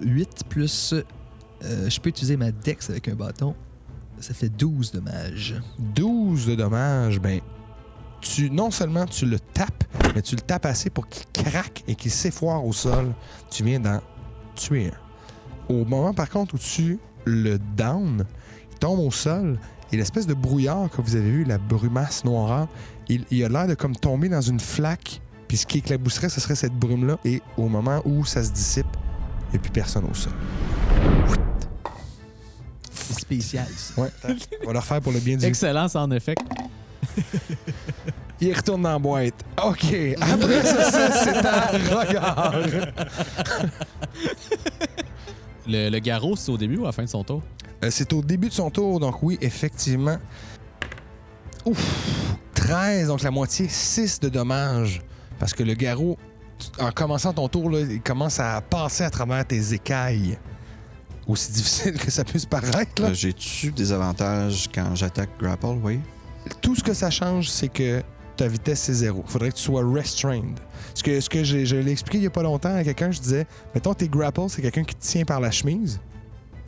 S4: 8 plus. euh, je peux utiliser ma dex avec un bâton. Ça fait 12 dommages.
S1: 12 de dommages, ben, tu, non seulement tu le tapes, mais tu le tapes assez pour qu'il craque et qu'il s'effoire au sol. Tu viens d'en tuer un. Au moment, par contre, où tu le down, il tombe au sol et l'espèce de brouillard que vous avez vu, la brumasse noire, il, il a l'air de comme tomber dans une flaque. Puis ce qui éclabousserait, ce serait cette brume-là. Et au moment où ça se dissipe, il n'y a plus personne au sol.
S4: C'est spécial, ça.
S1: Ouais, attends, on va le refaire pour le bien du
S3: Excellence en effet.
S1: Il retourne dans la boîte. OK. Après ça, ça, c'est un regard.
S3: Le, le garrot, c'est au début ou à la fin de son tour?
S1: Euh, c'est au début de son tour, donc oui, effectivement. Ouf! 13, donc la moitié, 6 de dommages. Parce que le garrot, tu- en commençant ton tour, là, il commence à passer à travers tes écailles. Aussi difficile que ça puisse paraître. là.
S2: Euh, J'ai-tu des avantages quand j'attaque grapple, oui?
S1: Tout ce que ça change, c'est que ta vitesse, c'est zéro. Faudrait que tu sois restrained. Ce que, ce que j'ai- je l'ai expliqué il y a pas longtemps à quelqu'un, je disais, mettons, tes grapples, c'est quelqu'un qui te tient par la chemise.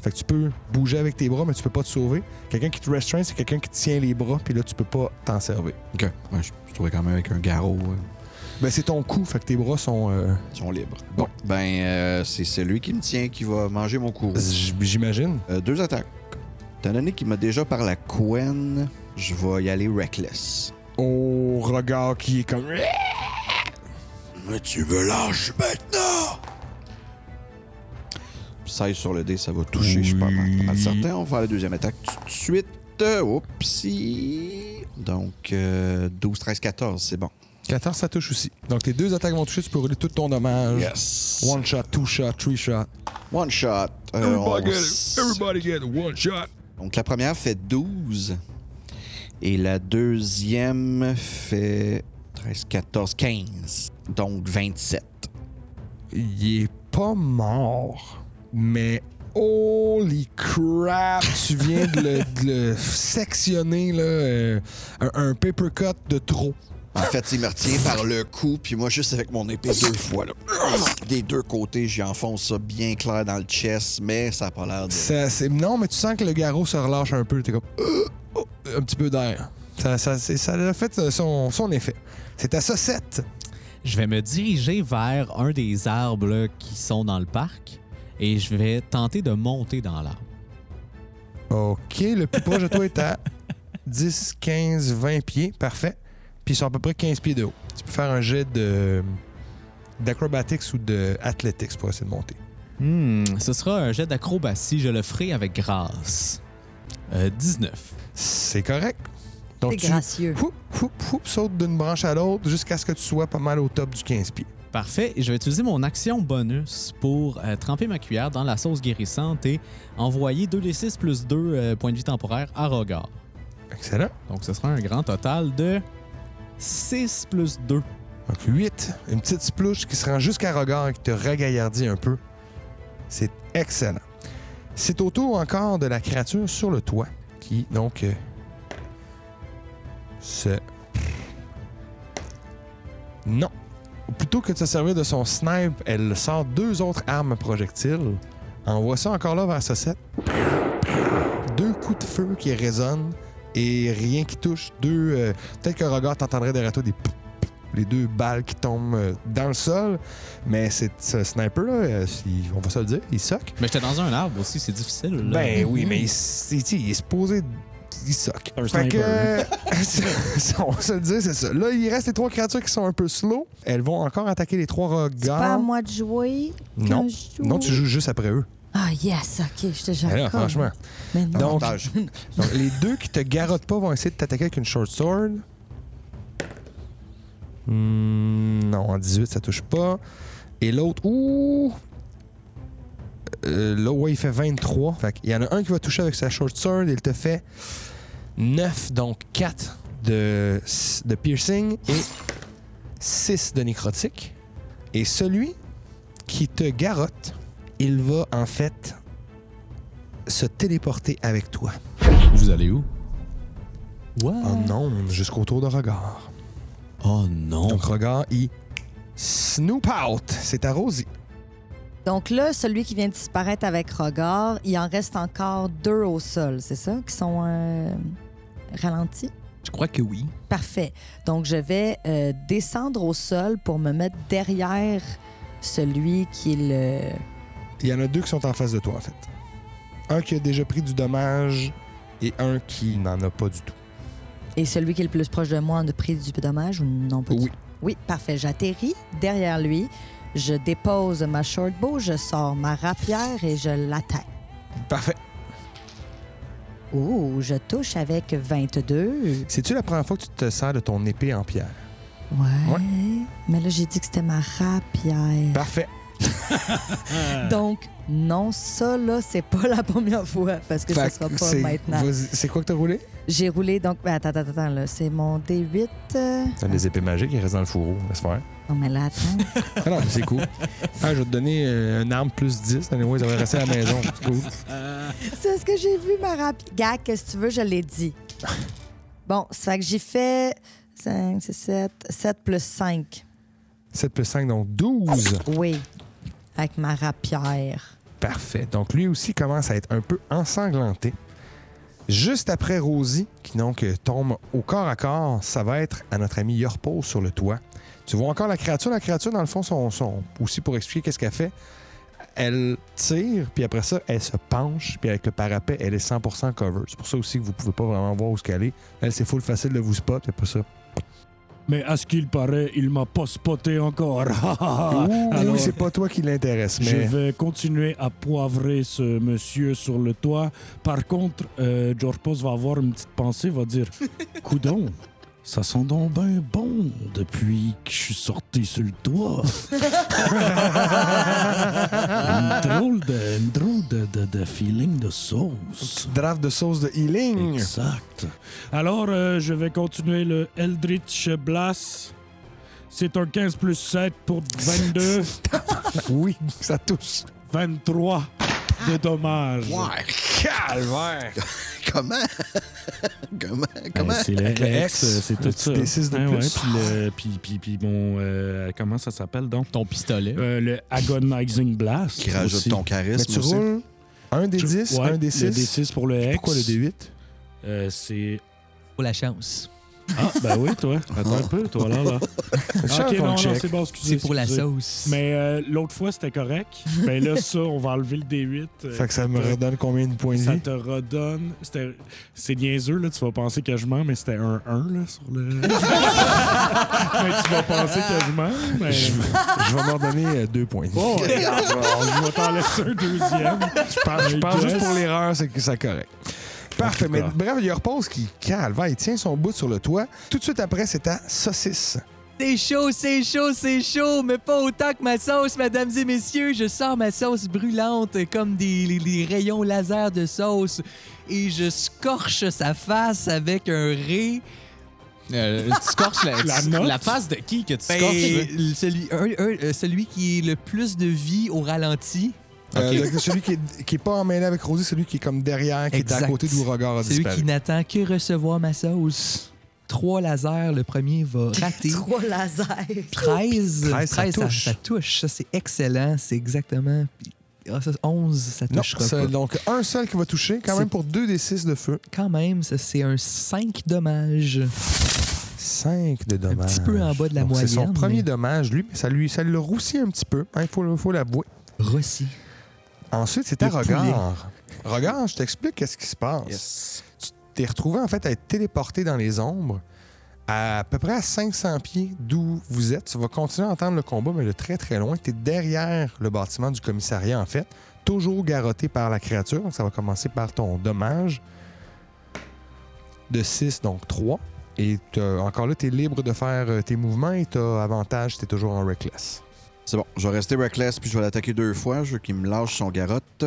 S1: Fait que tu peux bouger avec tes bras, mais tu peux pas te sauver. Quelqu'un qui te restraint, c'est quelqu'un qui te tient les bras, puis là, tu peux pas t'en servir.
S2: OK. Ouais, je, je trouvais quand même avec un garrot. ouais.
S1: Ben, c'est ton coup, fait que tes bras sont... euh,
S2: Ils sont libres. Bon, ben, euh, c'est celui qui me tient qui va manger mon courroux.
S1: j- J'imagine.
S2: Euh, deux attaques. Étant donné qu'il m'a déjà par la couenne, je vais y aller reckless.
S1: Au regard qui est comme...
S6: Mais tu me lâches maintenant
S2: 16 sur le dé, ça va toucher, je suis pas mal, pas mal certain. On va faire la deuxième attaque tout de suite. Oupsie. Donc, euh, 12, 13, 14, c'est bon.
S1: 14, ça touche aussi. Donc, tes deux attaques vont toucher, tu peux rouler tout ton dommage.
S2: Yes. One,
S1: One shot, two shot, three shot.
S2: shot. Euh, on s-
S1: get one shot.
S2: Donc, la première fait 12. Et la deuxième fait 13, 14, 15. Donc, 27.
S1: il est pas mort, mais holy crap, tu viens de le, de le sectionner, là, euh, un, un paper cut de trop.
S2: En fait, il me retient par le cou, puis moi, juste avec mon épée deux fois. là. Des deux côtés, j'y enfonce ça bien clair dans le chest, mais ça a pas l'air de.
S1: Ça, c'est- non, mais tu sens que le garrot se relâche un peu, t'es comme Euh, oh, un petit peu d'air. Ça, ça, c'est- ça a fait son, son effet. C'est à ça 7.
S3: Je vais me diriger vers un des arbres là, qui sont dans le parc et je vais tenter de monter dans l'arbre.
S1: OK, le plus proche de toi est à 10, 15, 20 pieds. Parfait. Puis ils sont à peu près 15 pieds de haut. Tu peux faire un jet de d'acrobatics ou de athletics pour essayer de monter.
S3: Hmm, ce sera un jet d'acrobatie. Je le ferai avec grâce. Euh, 19.
S1: C'est correct.
S5: C'est
S1: Donc tu
S5: gracieux.
S1: foup, foup, foup, sautes d'une branche à l'autre jusqu'à ce que tu sois pas mal au top du 15 pieds.
S3: Parfait. Et je vais utiliser mon action bonus pour euh, tremper ma cuillère dans la sauce guérissante et envoyer 2d6 plus 2 euh, points de vie temporaire à regard.
S1: Excellent.
S3: Donc ce sera un grand total de 6 plus 2
S1: Donc 8, une petite splouche qui se rend jusqu'à regard et qui te regaillardit un peu. C'est excellent. C'est au tour encore de la créature sur le toit qui, donc, euh, se. Non. Plutôt que de se servir de son snipe, elle sort deux autres armes projectiles. Envoie ça encore là vers Sossette. Deux coups de feu qui résonnent et rien qui touche. Deux. euh, Peut-être que regard t'entendrait derrière toi des pouf, pouf, les deux balles qui tombent euh, dans le sol, mais c'est ce sniper là, euh, il- on va se le dire, il soque.
S3: Mais j'étais dans un arbre aussi, c'est difficile. là.
S1: Ben oui, mais il, s- il- il est supposé. Il soque.
S7: Un
S1: Fait que,
S7: sniper. hein.
S1: on va se le dire, c'est ça. Là, il reste les trois créatures qui sont un peu slow. Elles vont encore attaquer les trois
S5: C'est pas à
S1: regards.
S5: moi de jouer quand
S1: Non.
S5: je joue.
S1: Non, tu joues juste après eux.
S5: Ah, yes, OK, je te
S1: Ben
S5: jure.
S1: là, franchement.
S5: Mais non.
S1: Donc,
S2: Avantage.
S1: donc, les deux qui te garottent pas vont essayer de t'attaquer avec une short sword. Hmm, non, en 18, ça touche pas. Et l'autre, ouh! Euh, Là, ouais, il fait 23. Fait qu'il y en a un qui va toucher avec sa short sword. Il te fait 9, donc 4 de, de piercing et 6 de nécrotique. Et celui qui te garotte, il va en fait se téléporter avec toi.
S3: Vous allez où?
S1: En onde Ah jusqu'au tour de regard.
S3: Oh non.
S1: Donc, regard, il snoop out. C'est à Rosie.
S5: Donc là, celui qui vient de disparaître avec Rogard, il en reste encore deux au sol, c'est ça? Qui sont euh, ralentis?
S4: Je crois que oui.
S5: Parfait. Donc, je vais euh, descendre au sol pour me mettre derrière celui qui est le...
S1: Il y en a deux qui sont en face de toi, en fait. Un qui a déjà pris du dommage et un qui n'en a pas du tout.
S5: Et celui qui est le plus proche de moi en a pris du dommage ou non pas du
S1: Oui.
S5: Oui, parfait. J'atterris derrière lui. Je dépose ma shortbow, je sors ma rapière et je l'attaque.
S1: Parfait.
S5: Oh, je touche avec 22.
S1: C'est-tu la première fois que tu te sers de ton épée en pierre?
S5: Ouais. Mais là, j'ai dit que c'était ma rapière.
S1: Parfait.
S5: Donc, non, ça, là, c'est pas la première fois parce que
S1: Fait
S5: ça
S1: que
S5: sera pas
S1: c'est-
S5: maintenant.
S1: vas-y, C'est quoi que t'as roulé?
S5: J'ai roulé, donc... ben, Attends, attends, attends, là. C'est mon D8. euh,
S1: C'est des Ah, épées magiques, il reste dans le fourreau. Laisse faire.
S5: Non, mais là, attends.
S1: Ah non, mais c'est cool. Ah, je vais te donner euh, une arme plus 10. Anyway, ça va rester à la maison. C'est cool.
S5: C'est ce que j'ai vu, ma rapière. Gars, qu'est-ce que tu veux, je l'ai dit. Bon, ça fait que j'ai fait 5, 6, 7, 7 plus 5.
S1: 7 plus 5, donc 12.
S5: Oui, avec ma rapière.
S1: Parfait. Donc lui aussi commence à être un peu ensanglanté. Juste après Rosie, qui donc euh, tombe au corps à corps, ça va être à notre ami Yorpo sur le toit. Tu vois encore la créature. La créature, dans le fond, son, son- aussi pour expliquer qu'est-ce qu'elle fait, elle tire, puis après ça, elle se penche, puis avec le parapet, elle est 100% cover. C'est pour ça aussi que vous pouvez pas vraiment voir où ce qu'elle est. Elle, c'est full facile de vous spot, c'est pas ça.
S7: Mais à ce qu'il paraît, il m'a pas spoté encore.
S1: Ah, Ouh,
S7: Alors,
S1: c'est pas toi qui l'intéresse,
S7: Je
S1: mais...
S7: vais continuer à poivrer ce monsieur sur le toit. Par contre, euh, Jorpos va avoir une petite pensée, va dire Coudon, ça sent donc ben bon depuis que je suis sorti sur le toit. une drôle de, une drôle de, de- de feeling de sauce.
S1: Draft de sauce de healing.
S7: Exact. Alors, euh, je vais continuer le Eldritch Blast. C'est un 15 plus 7 pour 22,
S1: Oui, ça touche.
S7: 23 de dommages.
S2: Ouais.
S1: Calvaire!
S2: Comment? Comment? Comment?
S7: Ben, c'est le
S1: Avec le
S7: X,
S1: X,
S7: euh, c'est
S1: le
S7: tout
S1: petit
S7: ça.
S1: D6 de
S7: Hein,
S1: plus.
S7: ouais, puis le- puis, puis, puis mon... euh, comment ça s'appelle, donc?
S3: Ton pistolet.
S7: Euh, le Agonizing Blast.
S2: Qui rajoute
S7: aussi.
S2: ton
S1: Mais
S2: charisme
S1: tu
S2: aussi.
S1: roules un des
S7: Je-
S1: 10,
S7: ouais,
S1: un des 6.
S7: Le D6 pour le X.
S1: Pourquoi le D8?
S7: Euh, c'est...
S4: Pour la chance.
S7: Ah, ben oui, toi. Attends un peu, toi, là, là. Ah, OK, non, non, c'est bon, excusez.
S4: C'est pour la
S7: excusez.
S4: sauce.
S7: Mais euh, l'autre fois, c'était correct. Mais là, ça, on va enlever le D8. euh,
S1: Fait que ça me
S7: te-
S1: redonne combien de points de
S7: Ça
S1: vie?
S7: te redonne... c'était- C'est niaiseux, là. Tu vas penser que je mens, mais c'était un 1, là, sur le... mais tu vas penser que je mens, mais...
S1: Je, je vais m'en donner euh, deux points de vie.
S7: Oh, ouais, on va t'en laisser un deuxième.
S1: Je pense, je
S7: I
S1: pense juste
S7: guess.
S1: pour l'erreur, c'est que ça correct. Parfait,
S7: En tout
S1: mais
S7: cas.
S1: bref, il repose qui calva, il tient son bout sur le toit. Tout de suite après, c'est à saucisse.
S4: C'est chaud, c'est chaud, c'est chaud, mais pas autant que ma sauce, mesdames et messieurs. Je sors ma sauce brûlante comme des les- les rayons laser de sauce et je scorche sa face avec un ré
S3: Euh, tu scorches la,
S7: La
S3: tu-
S7: note?
S3: la face de qui que tu
S4: Ben,
S3: scorches? là?
S4: celui, un- un- euh, celui qui est le plus de vie au ralenti,
S1: Euh, le- celui qui est, qui est pas emmêlé avec Rosé, celui qui est comme derrière, qui est à
S4: Exact.
S1: côté d'où Regard a
S4: celui
S1: disparu.
S4: qui n'attend que recevoir ma sauce. Trois lasers, le premier va rater.
S5: Trois lasers.
S4: 13,
S1: 13, ça
S4: 13, ça,
S1: touche.
S4: ça touche. Ça, c'est excellent. C'est exactement. Ah, ça, 11, ça
S1: Non,
S4: touchera
S1: ça-
S4: pas.
S1: donc un seul qui va toucher, quand
S4: C'est-
S1: même pour 2 des 6 de feu.
S4: Quand même, ça, c'est un 5 dommages.
S1: 5 de dommages.
S4: petit peu en bas de la
S1: Donc, C'est son
S4: moyenne,
S1: premier
S4: mais-
S1: dommage, lui, mais ça, lui, ça le roussit un petit peu. hein, Il faut, le- faut l'avouer.
S4: Rossi.
S1: Ensuite, c'est à
S4: Le poulet.
S1: Regard. Regard, je t'explique qu'est-ce qui se passe.
S2: Yes.
S1: Tu t'es retrouvé, en fait, à être téléporté dans les ombres à, à peu près à 500 pieds d'où vous êtes. Tu vas continuer à entendre le combat, mais de très, très loin. Tu es derrière le bâtiment du commissariat, en fait. Toujours garrotté par la créature. Donc, ça va commencer par ton dommage de 6, donc 3. Et t'as- encore là, tu es libre de faire euh, tes mouvements et tu as avantage, tu es toujours en reckless.
S2: C'est bon, je vais rester reckless puis je vais l'attaquer deux fois. Je veux qu'il me lâche son garotte.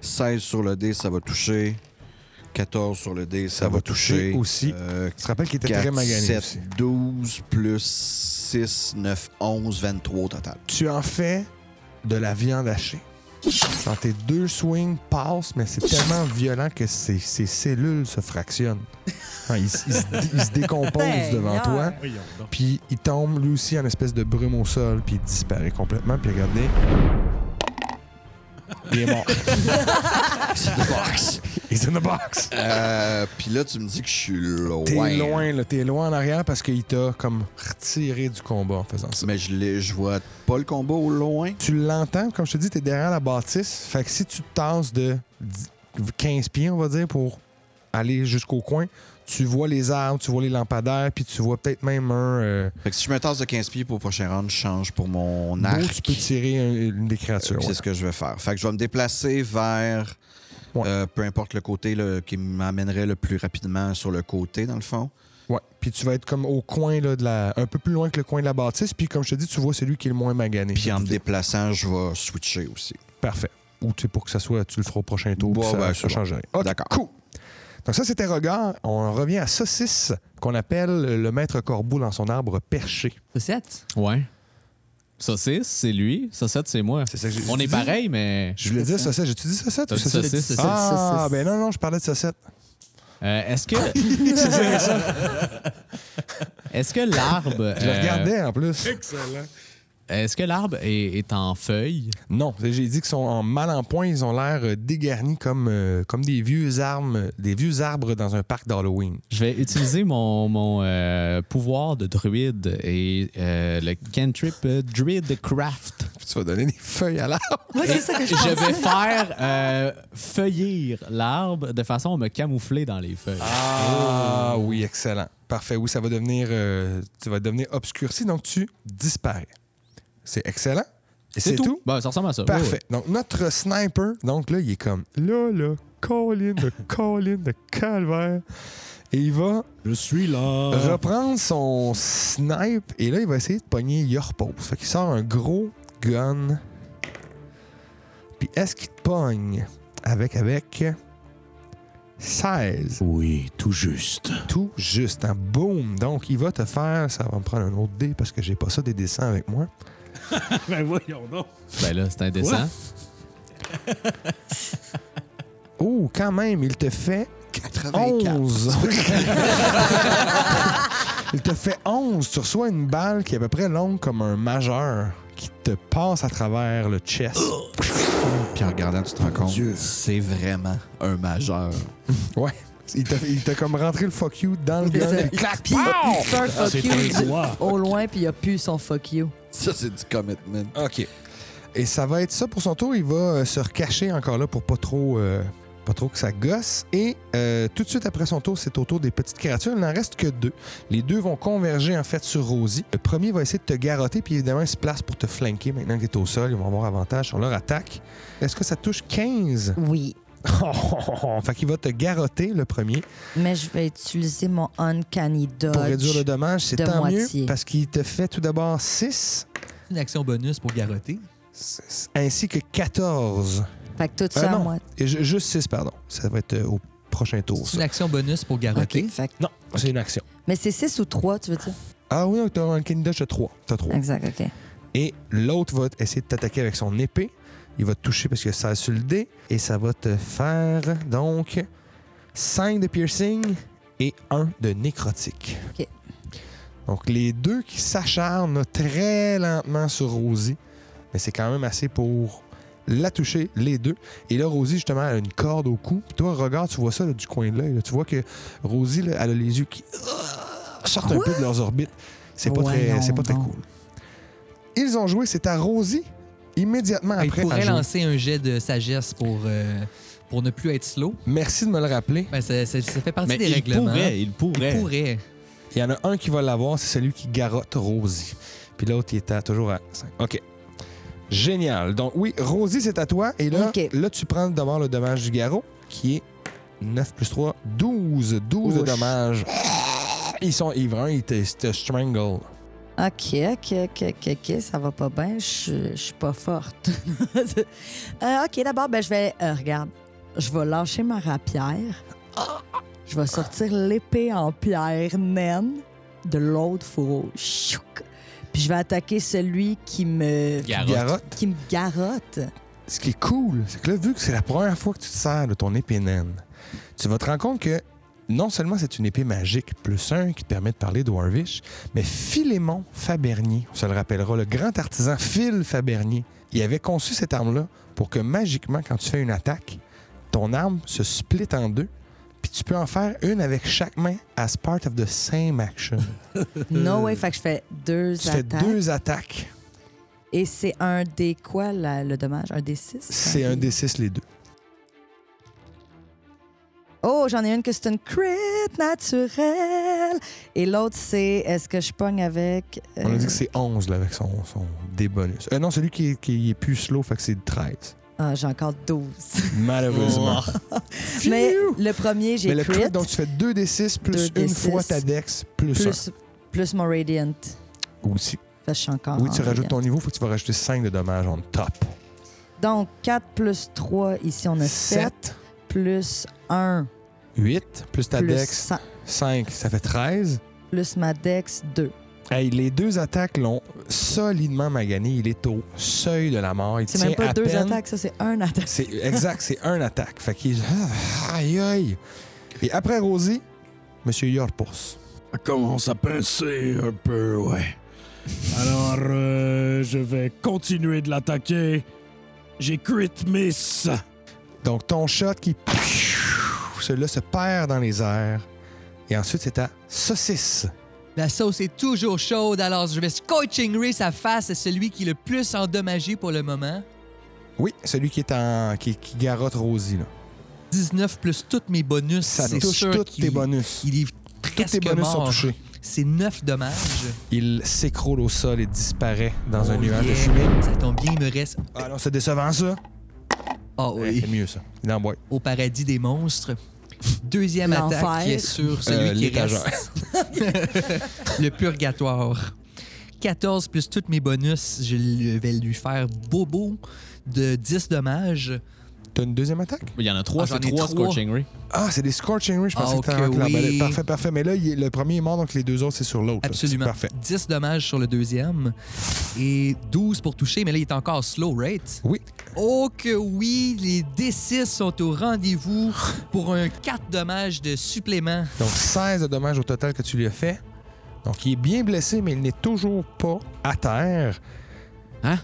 S2: 16 sur le dé, ça va toucher. 14 sur le dé, ça, va, toucher.
S1: aussi.
S2: Euh,
S1: Tu te rappelles qu'il était
S2: 4,
S1: très magané
S2: 7,
S1: aussi.
S2: 12 plus 6, 9, 11, 23 au total.
S1: tu en fais de la viande hachée. Quand tes deux swings passent, mais c'est tellement violent que ses, ses cellules se fractionnent. Hein, il, s- il se, il se décompose devant
S5: Seigneur.
S1: toi,
S7: Voyons donc.
S1: puis il tombe lui aussi en espèce de brume au sol, puis il disparaît complètement, puis regardez. Il est mort. Ah,
S2: C'est de box.
S1: He's in the box.
S2: Euh, puis là, tu me dis que je suis loin.
S1: T'es loin, là. T'es loin en arrière parce qu'il t'a comme retiré du combat en faisant ça.
S2: Mais je, l'ai- je vois pas le combat au loin.
S1: tu l'entends, comme je te dis, t'es derrière la bâtisse. Fait que si tu te tasses de 10 15 pieds, on va dire, pour aller jusqu'au coin, tu vois les arbres, tu vois les lampadaires, puis tu vois peut-être même un. euh,
S2: Fait que si je me tasse de 15 pieds pour le prochain round, je change pour mon
S1: d'où
S2: arc. Euh,
S1: tu peux tirer un- une des créatures.
S2: C'est
S1: ouais.
S2: ce que je vais faire. Fait que je vais me déplacer vers
S1: Ouais.
S2: euh, peu importe le côté là, qui m'amènerait le plus rapidement sur le côté, dans le fond.
S1: Ouais. Puis tu vas être comme au coin, là, de la, un peu plus loin que le coin de la bâtisse, puis comme je te dis, tu vois celui qui est le moins magané.
S2: Puis en me
S1: Tout est
S2: déplaçant, je vais switcher aussi.
S1: Parfait. Ou tu sais, pour que ça soit, tu le feras au prochain tour,
S2: Ouais,
S1: puis ça,
S2: ouais,
S1: ça
S2: c'est bon.
S1: change rien. Ok,
S2: D'accord.
S1: Cool. Donc ça, c'était Regard. On revient à Saucisse, qu'on appelle le maître corbeau dans son arbre perché.
S4: 7.
S3: Ouais. Saucisse, c'est lui. Saucette, c'est moi.
S1: C'est ça que j'ai-
S3: On est
S1: dit-
S3: pareil, mais.
S1: Je voulais dire saucette. J'ai-tu dit saucette ou
S3: T'as dit
S1: saucette?
S3: saucisse.
S5: Saucisse.
S1: Ah,
S5: Saucisse.
S1: ben non, non, je parlais de saucette.
S3: Euh, Est-ce que. Est-ce que l'arbre.
S1: Je le
S3: euh,
S1: regardais en plus.
S7: Excellent.
S3: Est-ce que l'arbre est, est en feuille?
S1: Non, j'ai dit qu'ils sont en mal en point. Ils ont l'air euh, dégarnis comme, euh, comme des vieux armes, des vieux arbres dans un parc d'Halloween.
S3: Je vais utiliser mon, mon, euh, pouvoir de druide et euh, le cantrip euh, Druid Craft.
S1: Puis tu vas donner des feuilles à l'arbre.
S5: Moi, c'est ça que je
S3: Je
S5: pensais.
S3: vais faire euh, feuillir l'arbre de façon à me camoufler dans les feuilles.
S1: Ah oui, excellent. Parfait. Oui, ça va devenir, euh, tu vas devenir obscurci, donc tu disparais. C'est excellent. Et c'est tout.
S3: Ben, ça ressemble à ça.
S1: Parfait. Donc, notre sniper, donc là, il est comme là, là, Colin, de Colin, de Calvaire. Et il va
S7: Je suis là.
S3: Euh.
S1: reprendre son snipe et là, il va essayer de pogner Yorpos. Fait qu'il sort un gros gun. Puis est-ce qu'il te pogne avec, avec 16?
S7: Oui, tout juste.
S1: Tout juste, hein? Boum! Donc, il va te faire... Ça va me prendre un autre dé parce que j'ai pas ça des dessins avec moi.
S7: Ben voyons donc.
S3: Ouais. Ben là, c'est indécent.
S1: Oh, quand même, il te fait 11. Il te fait 11. Tu reçois une balle qui est à peu près longue comme un majeur qui te passe à travers le chest.
S2: Puis en regardant, tu te rends compte,
S7: Dieu.
S2: c'est vraiment un majeur.
S1: Ouais. Il t'a, il t'a comme rentré le fuck you dans le
S5: C'est ça.
S1: gun.
S5: Il- Puis il fait un fuck
S7: Ah, C'est
S5: you
S7: un
S5: du-
S7: doigt.
S5: au loin, puis il a pu son fuck you.
S2: Ça, c'est du commitment.
S1: OK. Et ça va être ça pour son tour. Il va euh, se recacher encore là pour pas trop, euh, pas trop que ça gosse. Et euh, tout de suite après son tour, c'est au tour des petites créatures. Il n'en reste que deux. Les deux vont converger en fait sur Rosie. Le premier va essayer de te garotter, puis évidemment, il se place pour te flanquer maintenant que tu es au sol. Ils vont avoir avantage sur leur attaque. Est-ce que ça touche 15?
S5: Oui.
S1: fait qu'il va te garotter le premier.
S5: Mais je vais utiliser mon Uncanny Dodge.
S1: Pour réduire le dommage, c'est
S5: Ah, de
S1: tant
S5: moitié.
S1: mieux parce qu'il te fait tout d'abord 6
S4: Une action bonus pour garrotter.
S1: ainsi que 14.
S5: Fait que tout
S1: Euh,
S5: ça,
S1: non.
S5: moi.
S1: Et ju- juste 6, pardon. Ça va être euh, au prochain tour.
S4: C'est
S1: ça.
S4: une action bonus pour
S5: OK.
S4: Garotte.
S5: Fait que-
S1: Non, c'est une action.
S5: Mais c'est 6 ou 3, tu veux dire?
S1: Ah oui, donc t'as un King Dash de 3. T'as 3.
S5: Exact, OK.
S1: Et l'autre va essayer de t'attaquer avec son épée. Il va te toucher parce que ça a sur le dé. Et ça va te faire donc 5 de piercing et 1 de nécrotique.
S5: OK.
S1: Donc les deux qui s'acharnent très lentement sur Rosie. Mais c'est quand même assez pour la toucher, les deux. Et là, Rosie, justement, elle a une corde au cou. Puis toi, regarde, tu vois ça là, du coin de l'œil. là. Tu vois que Rosie, là, elle a les yeux qui euh, sortent un peu de leurs orbites. C'est pas,
S5: Voyons
S1: très, c'est pas très
S5: donc.
S1: cool. Ils ont joué, c'est à Rosie, immédiatement
S4: Ah, Il
S1: après. à
S4: pourrait
S1: jouer.
S4: lancer un jet de sagesse pour, euh, pour ne plus être slow.
S1: Merci de me le rappeler.
S4: Ben, ça, ça- ça fait partie
S3: Mais
S4: des
S3: il
S4: règlements.
S3: pourrait, il pourrait.
S4: Il pourrait.
S1: Il y en a un qui va l'avoir, c'est celui qui garotte Rosie. Puis l'autre, il est à- toujours à 5. OK. Génial. Donc, oui, Rosie, c'est à toi. Et là,
S5: OK.
S1: là tu prends d'abord le dommage du garrot, qui est 9 plus 3, 12. 12 de
S5: Ouch.
S1: dommages. Ils sont ivres, hein, ils te, ils te strangle.
S5: OK, OK, OK, OK, OK, ça va pas bien. Je je suis pas forte. Euh, OK, d'abord, ben, je vais. euh, regarde, je vais lâcher ma rapière. Je vais sortir l'épée en pierre naine de l'autre fourreau. Chouc! Puis je vais attaquer celui qui me.
S3: Garotte.
S1: Garotte.
S5: qui me garotte.
S1: ce qui est cool, c'est que là, vu que c'est la première fois que tu te sers de ton épée naine, tu vas te rendre compte que non seulement c'est une épée magique plus un qui te permet de parler Warwish, mais Philémon Fabernier, on se le rappellera, le grand artisan Phil Fabernier, il avait conçu cette arme-là pour que magiquement, quand tu fais une attaque, ton arme se split en deux, puis tu peux en faire une avec chaque main as part of the same action.
S5: No way, fait que je fais deux
S1: tu fais
S5: attaques.
S1: deux attaques,
S5: Et c'est un des quoi, la- le dommage? Un des six?
S1: c'est un des six les deux.
S5: Oh, j'en ai une que c'est une crit naturelle. Et l'autre, c'est est-ce que je pogne avec. euh,
S1: On a dit que c'est 11 là, avec son, son dé bonus. Euh, non, celui qui est, qui est plus slow, fait que c'est 13.
S5: Ah, j'ai encore 12.
S1: Malheureusement.
S5: Mais le premier, Oh, j'ai
S1: Mais le
S5: crit,
S1: crit, donc tu fais 2 des 6 plus
S5: Deux
S1: une
S5: des
S1: fois
S5: six.
S1: ta dex plus,
S5: plus, plus mon radiant.
S1: un. Ou si-
S5: Fait que je suis encore.
S1: oui,
S5: en
S1: tu rajoutes
S5: radiant.
S1: ton niveau, faut que tu vas rajouter 5 de dommages en top.
S5: Donc 4 plus 3, ici on a 7, plus 1,
S1: 8 plus ta
S5: plus,
S1: dex,
S5: cent-
S1: 5, ça fait 13.
S5: plus ma dex, 2.
S1: Hey, les deux attaques l'ont solidement magané. Il est au seuil de la mort. Il
S5: C'est
S1: tient
S5: même pas
S1: à
S5: deux
S1: peine.
S5: attaques, ça, c'est un attaque.
S1: C'est exact, c'est un attaque. Fait qu'il. Ah, Aïe, aïe. Et après Rosie, Monsieur Yorpos.
S6: Ça commence à pincer un peu, ouais.
S7: Alors, euh, je vais continuer de l'attaquer. J'ai crit miss.
S1: Donc, ton shot qui. Celui-là se perd dans les airs. Et ensuite, c'est à saucisse.
S4: La sauce est toujours chaude, alors je vais scorching ray sa face à celui qui est le plus endommagé pour le moment.
S1: Oui, celui qui est en. qui, qui garotte Rosie, là.
S4: 19 plus tous mes bonus.
S1: Ça
S4: c'est
S1: touche
S4: sûr
S1: tous
S4: qu'il-
S1: tes bonus.
S4: Il est
S1: Tous tes
S4: presque
S1: bonus sont
S4: mort.
S1: touchés.
S4: C'est 9 dommages.
S1: Il s'écroule au sol et disparaît dans un
S4: Oh
S1: nuage de
S4: yeah.
S1: fumée.
S4: Ça tombe bien, il me reste...
S1: Ah non, c'est décevant, ça.
S4: Ah
S1: Eh,
S4: oui,
S1: C'est mieux, ça. Il est en boîte.
S4: au paradis des monstres. Deuxième
S5: L'enfer.
S4: attaque qui est sur celui
S1: Euh,
S4: qui
S1: l'étagère.
S4: reste. le purgatoire. 14 plus tous mes bonus, je le- vais lui faire bobo de 10 dommages.
S1: T'as une deuxième attaque?
S3: Il y en a trois,
S4: Ah, j'en
S3: c'est
S4: ai
S3: trois
S4: trois.
S3: Scorching Ray.
S1: Ah, c'est des Scorching Ray, je pensais
S4: Ah,
S1: que t'en
S4: ok,
S1: racontais la
S4: oui.
S1: balade. Parfait, parfait. Mais Ben là, il est- le premier est mort, donc les deux autres, c'est sur l'autre. là.
S4: Absolument.
S1: C'est Parfait.
S4: 10 dommages sur le deuxième et 12 pour toucher, mais là, il est encore slow rate.
S1: Oui.
S4: Oh que oui, les D6 sont au rendez-vous pour un 4 dommages de supplément.
S1: Donc 16 de dommages au total que tu lui as fait. Donc il est bien blessé, mais il n'est toujours pas à terre.
S3: Hein?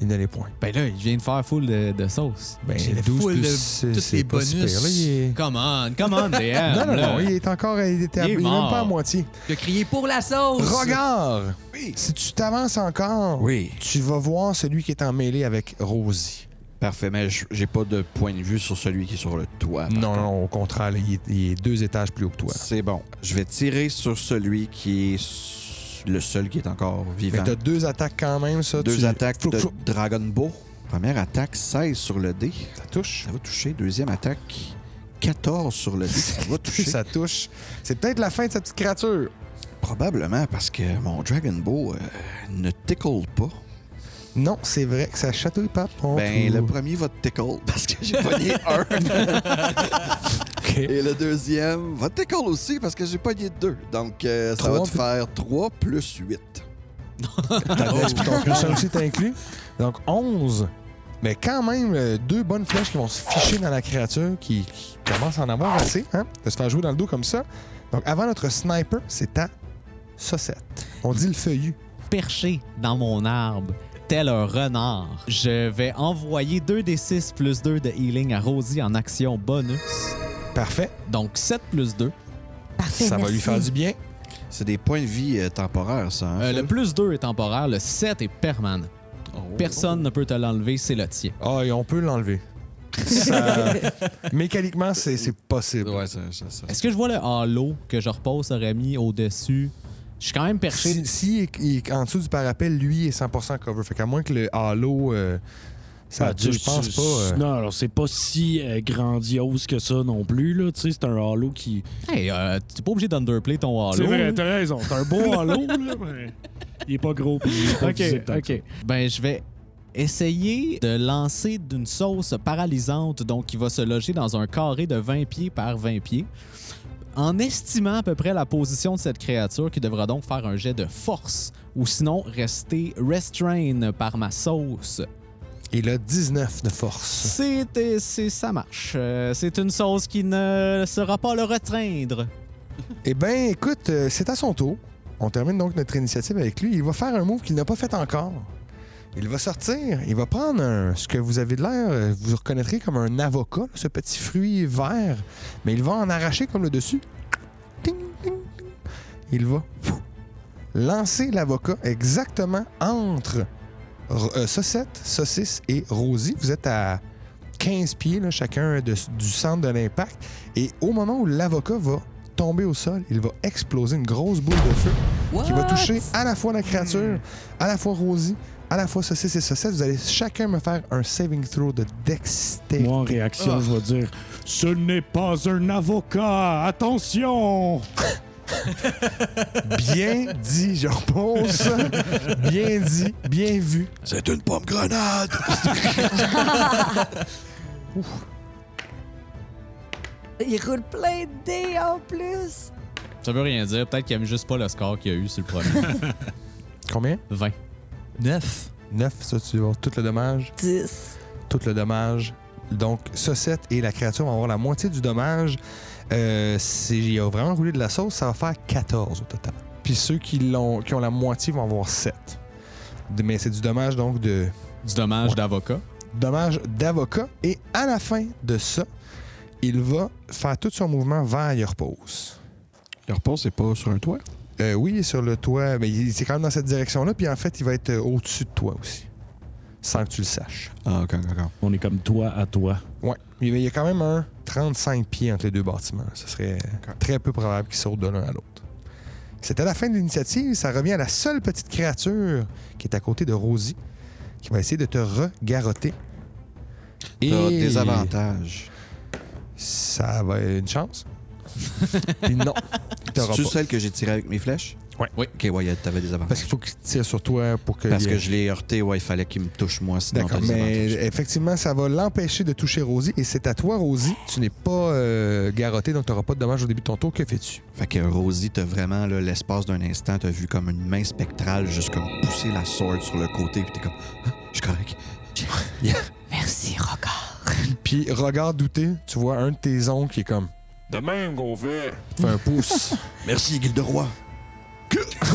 S1: Il n'a les points.
S3: Ben là, il vient de faire full de, de sauce.
S1: Ben,
S4: J'ai
S1: 12
S4: full
S1: plus
S4: de-
S1: c'est-
S4: tous
S1: c'est
S4: les
S1: pas si
S4: bonus.
S1: pire, là, il est-
S3: Come on, come on, DM.
S1: Non, non,
S3: là.
S1: non, il est encore. Il était à-
S3: Il est
S1: il est même pas à
S3: mort.
S1: moitié.
S4: De crier pour la sauce!
S1: Regarde! Si tu t'avances encore,
S2: Oui.
S1: tu vas voir celui qui est en mêlée avec Rosie.
S2: Parfait, mais j- j'ai pas de point de vue sur celui qui est sur le toit. par
S1: non,
S2: contre.
S1: non, au contraire, là, il, est, il est deux étages plus haut que toi.
S2: C'est bon. Je vais tirer sur celui qui est s- le seul qui est encore
S1: Mais
S2: vivant.
S1: t'as deux attaques quand même, ça.
S2: Deux
S1: tu-
S2: attaques
S1: Flou,
S2: de
S1: flou.
S2: Dragon Ball. Première attaque, 16 sur le dé.
S1: Ça touche.
S2: Ça va toucher. Deuxième attaque, 14 sur le dé. Ça va toucher.
S1: Ça touche. C'est peut-être la fin de sa petite créature.
S2: Probablement parce que mon Dragon Ball euh, ne tickle pas.
S1: Non, c'est vrai que ça chatouille pas pour
S2: Ben, le premier va te tickle parce que j'ai pogné un. Et le deuxième va te tickle aussi parce que j'ai pogné deux. Donc, euh, ça
S1: Trois
S2: va te
S1: plus-
S2: faire 3 plus 8.
S1: Ta dex puis ton plus un aussi t'es inclus. Donc 11. Mais quand même, euh, deux bonnes flèches qui vont se ficher dans la créature qui, qui commence à en avoir assez, hein, de se faire jouer dans le dos comme ça. Donc avant notre sniper, c'est ta saucette. On dit le feuillu.
S3: perché dans mon arbre, tel un renard. Je vais envoyer 2d6 plus 2 de healing à Rosie en action bonus.
S1: Parfait.
S3: Donc 7 plus Euh, 2.
S5: Parfait.
S1: Ça va lui
S5: Ben, merci.
S1: faire du bien.
S2: C'est des points de vie euh, temporaires, ça. hein,
S3: Euh,
S2: ça?
S3: le plus 2 est temporaire, le 7 est permanent. Personne ne peut te l'enlever, c'est le tien.
S1: Ah, et on peut l'enlever. Ça- euh, Mécaniquement, c'est c'est possible.
S2: Ouais, ça, ça, ça.
S3: Est-ce que je vois le halo que je repose aurait mis au-dessus? Je suis quand même perché.
S1: Si, si il est- il est en dessous du parapet, lui est 100% cover. Fait qu'à moins que le halo, euh, ça
S7: Ah,
S1: tue,
S7: tu-
S1: je pense
S7: tu-
S1: pas. euh,
S7: Non, alors c'est pas si euh, grandiose que ça non plus. là. Tu sais, c'est un halo qui.
S3: Hey, euh, t'es pas obligé d'underplay ton halo.
S7: C'est vrai,
S3: là.
S7: t'as raison. C'est un beau halo, là. mais Il est pas gros. puis il est pas
S3: Ok,
S7: visible tant que ça.
S3: ok. Ben, je vais essayer de lancer d'une sauce paralysante, donc qui va se loger dans un carré de 20 pieds par 20 pieds, en estimant à peu près la position de cette créature qui devra donc faire un jet de force, ou sinon rester restrained par ma sauce.
S1: Il a 19 de force.
S3: C'est, euh, c'est- ça marche. Euh, c'est une sauce qui ne sera pas le retreindre.
S1: Eh bien, écoute, euh, c'est à son tour. On termine donc notre initiative avec lui. Il va faire un move qu'il n'a pas fait encore. Il va sortir, il va prendre un- ce que vous avez de l'air, euh, vous reconnaîtrez comme un avocat, ce petit fruit vert, mais il va en arracher comme le dessus. Ting, ting, ting. Il va pfff, lancer l'avocat exactement entre r- euh, Saucette, Saucisse et Rosie. Vous êtes à 15 pieds là, chacun de- du centre de l'impact. Et au moment où l'avocat va tomber au sol, il va exploser une grosse boule de feu qui va
S5: What?
S1: toucher à la fois la créature, à la fois Rosie, à la fois Saucisse et Saucette. Vous allez chacun me faire un saving throw de dextérité.
S7: Moi, en réaction, je vais dire Ce n'est pas un avocat, attention
S1: Bien dit, je repose. bien dit, bien vu.
S6: C'est une pomme grenade.
S5: Il roule plein de dés en plus.
S3: Ça veut rien dire. Peut-être qu'il aime juste pas le score qu'il a eu sur le premier.
S1: Combien?
S3: 20.
S4: 9.
S1: 9, ça, tu vas avoir tout le dommage.
S5: 10.
S1: Tout le dommage. Donc, ça, 7 et la créature vont avoir la moitié du dommage. Euh, c'est- il a vraiment roulé de la sauce, ça va faire 14 au total. Puis ceux qui, l'ont, qui ont la moitié vont avoir 7. Mais c'est du dommage, donc, de
S3: Du dommage d'avocat.
S1: dommage d'avocat. Et à la fin de ça, il va faire tout son mouvement vers il repose.
S2: Le repos, c'est pas sur un toit?
S1: Euh, oui, il est sur le toit, mais il- c'est quand même dans cette direction-là. Puis en fait, il va être euh, au-dessus de toi aussi, sans que tu le saches.
S2: Ah, ok, ok, ok.
S7: On est comme toi à toi.
S1: Oui, mais il y a quand même un 35 pieds entre les deux bâtiments. Ce serait très peu probable qu'ils sautent de l'un à l'autre. C'était la fin de l'initiative. Ça revient à la seule petite créature qui est à côté de Rosie, qui va essayer de te regarotter.
S2: T'as
S1: Et-
S2: des avantages.
S1: Ça va être une chance. Puis non, t'auras
S2: C'est-tu
S1: pas.
S2: celle que j'ai tirée avec mes flèches?
S1: Ouais.
S3: Oui.
S2: Ok, ouais, t'avais des avantages.
S1: Parce qu'il faut qu'il tire sur toi pour que.
S2: Parce
S1: il y
S2: que
S1: ait-
S2: je l'ai heurté, ouais, il fallait qu'il me touche moi, sinon t'as
S1: D'accord,
S2: des
S1: mais
S2: avantages.
S1: effectivement, ça va l'empêcher de toucher Rosie. Et c'est à toi, Rosie. Tu n'es pas euh, garrottée, donc tu n'auras pas de dommage au début de ton tour. Que fais-tu?
S2: Fait que Rosie, t'as vraiment, là, l'espace d'un instant, t'as vu comme une main spectrale juste comme pousser la sword sur le côté, puis t'es comme, Ah, je suis correct.
S5: Merci, Roca.
S1: Puis, regard douté, tu vois un de tes oncles qui est comme.
S6: De même qu'on fait.
S1: fait un pouce.
S2: Merci, Gilderoy.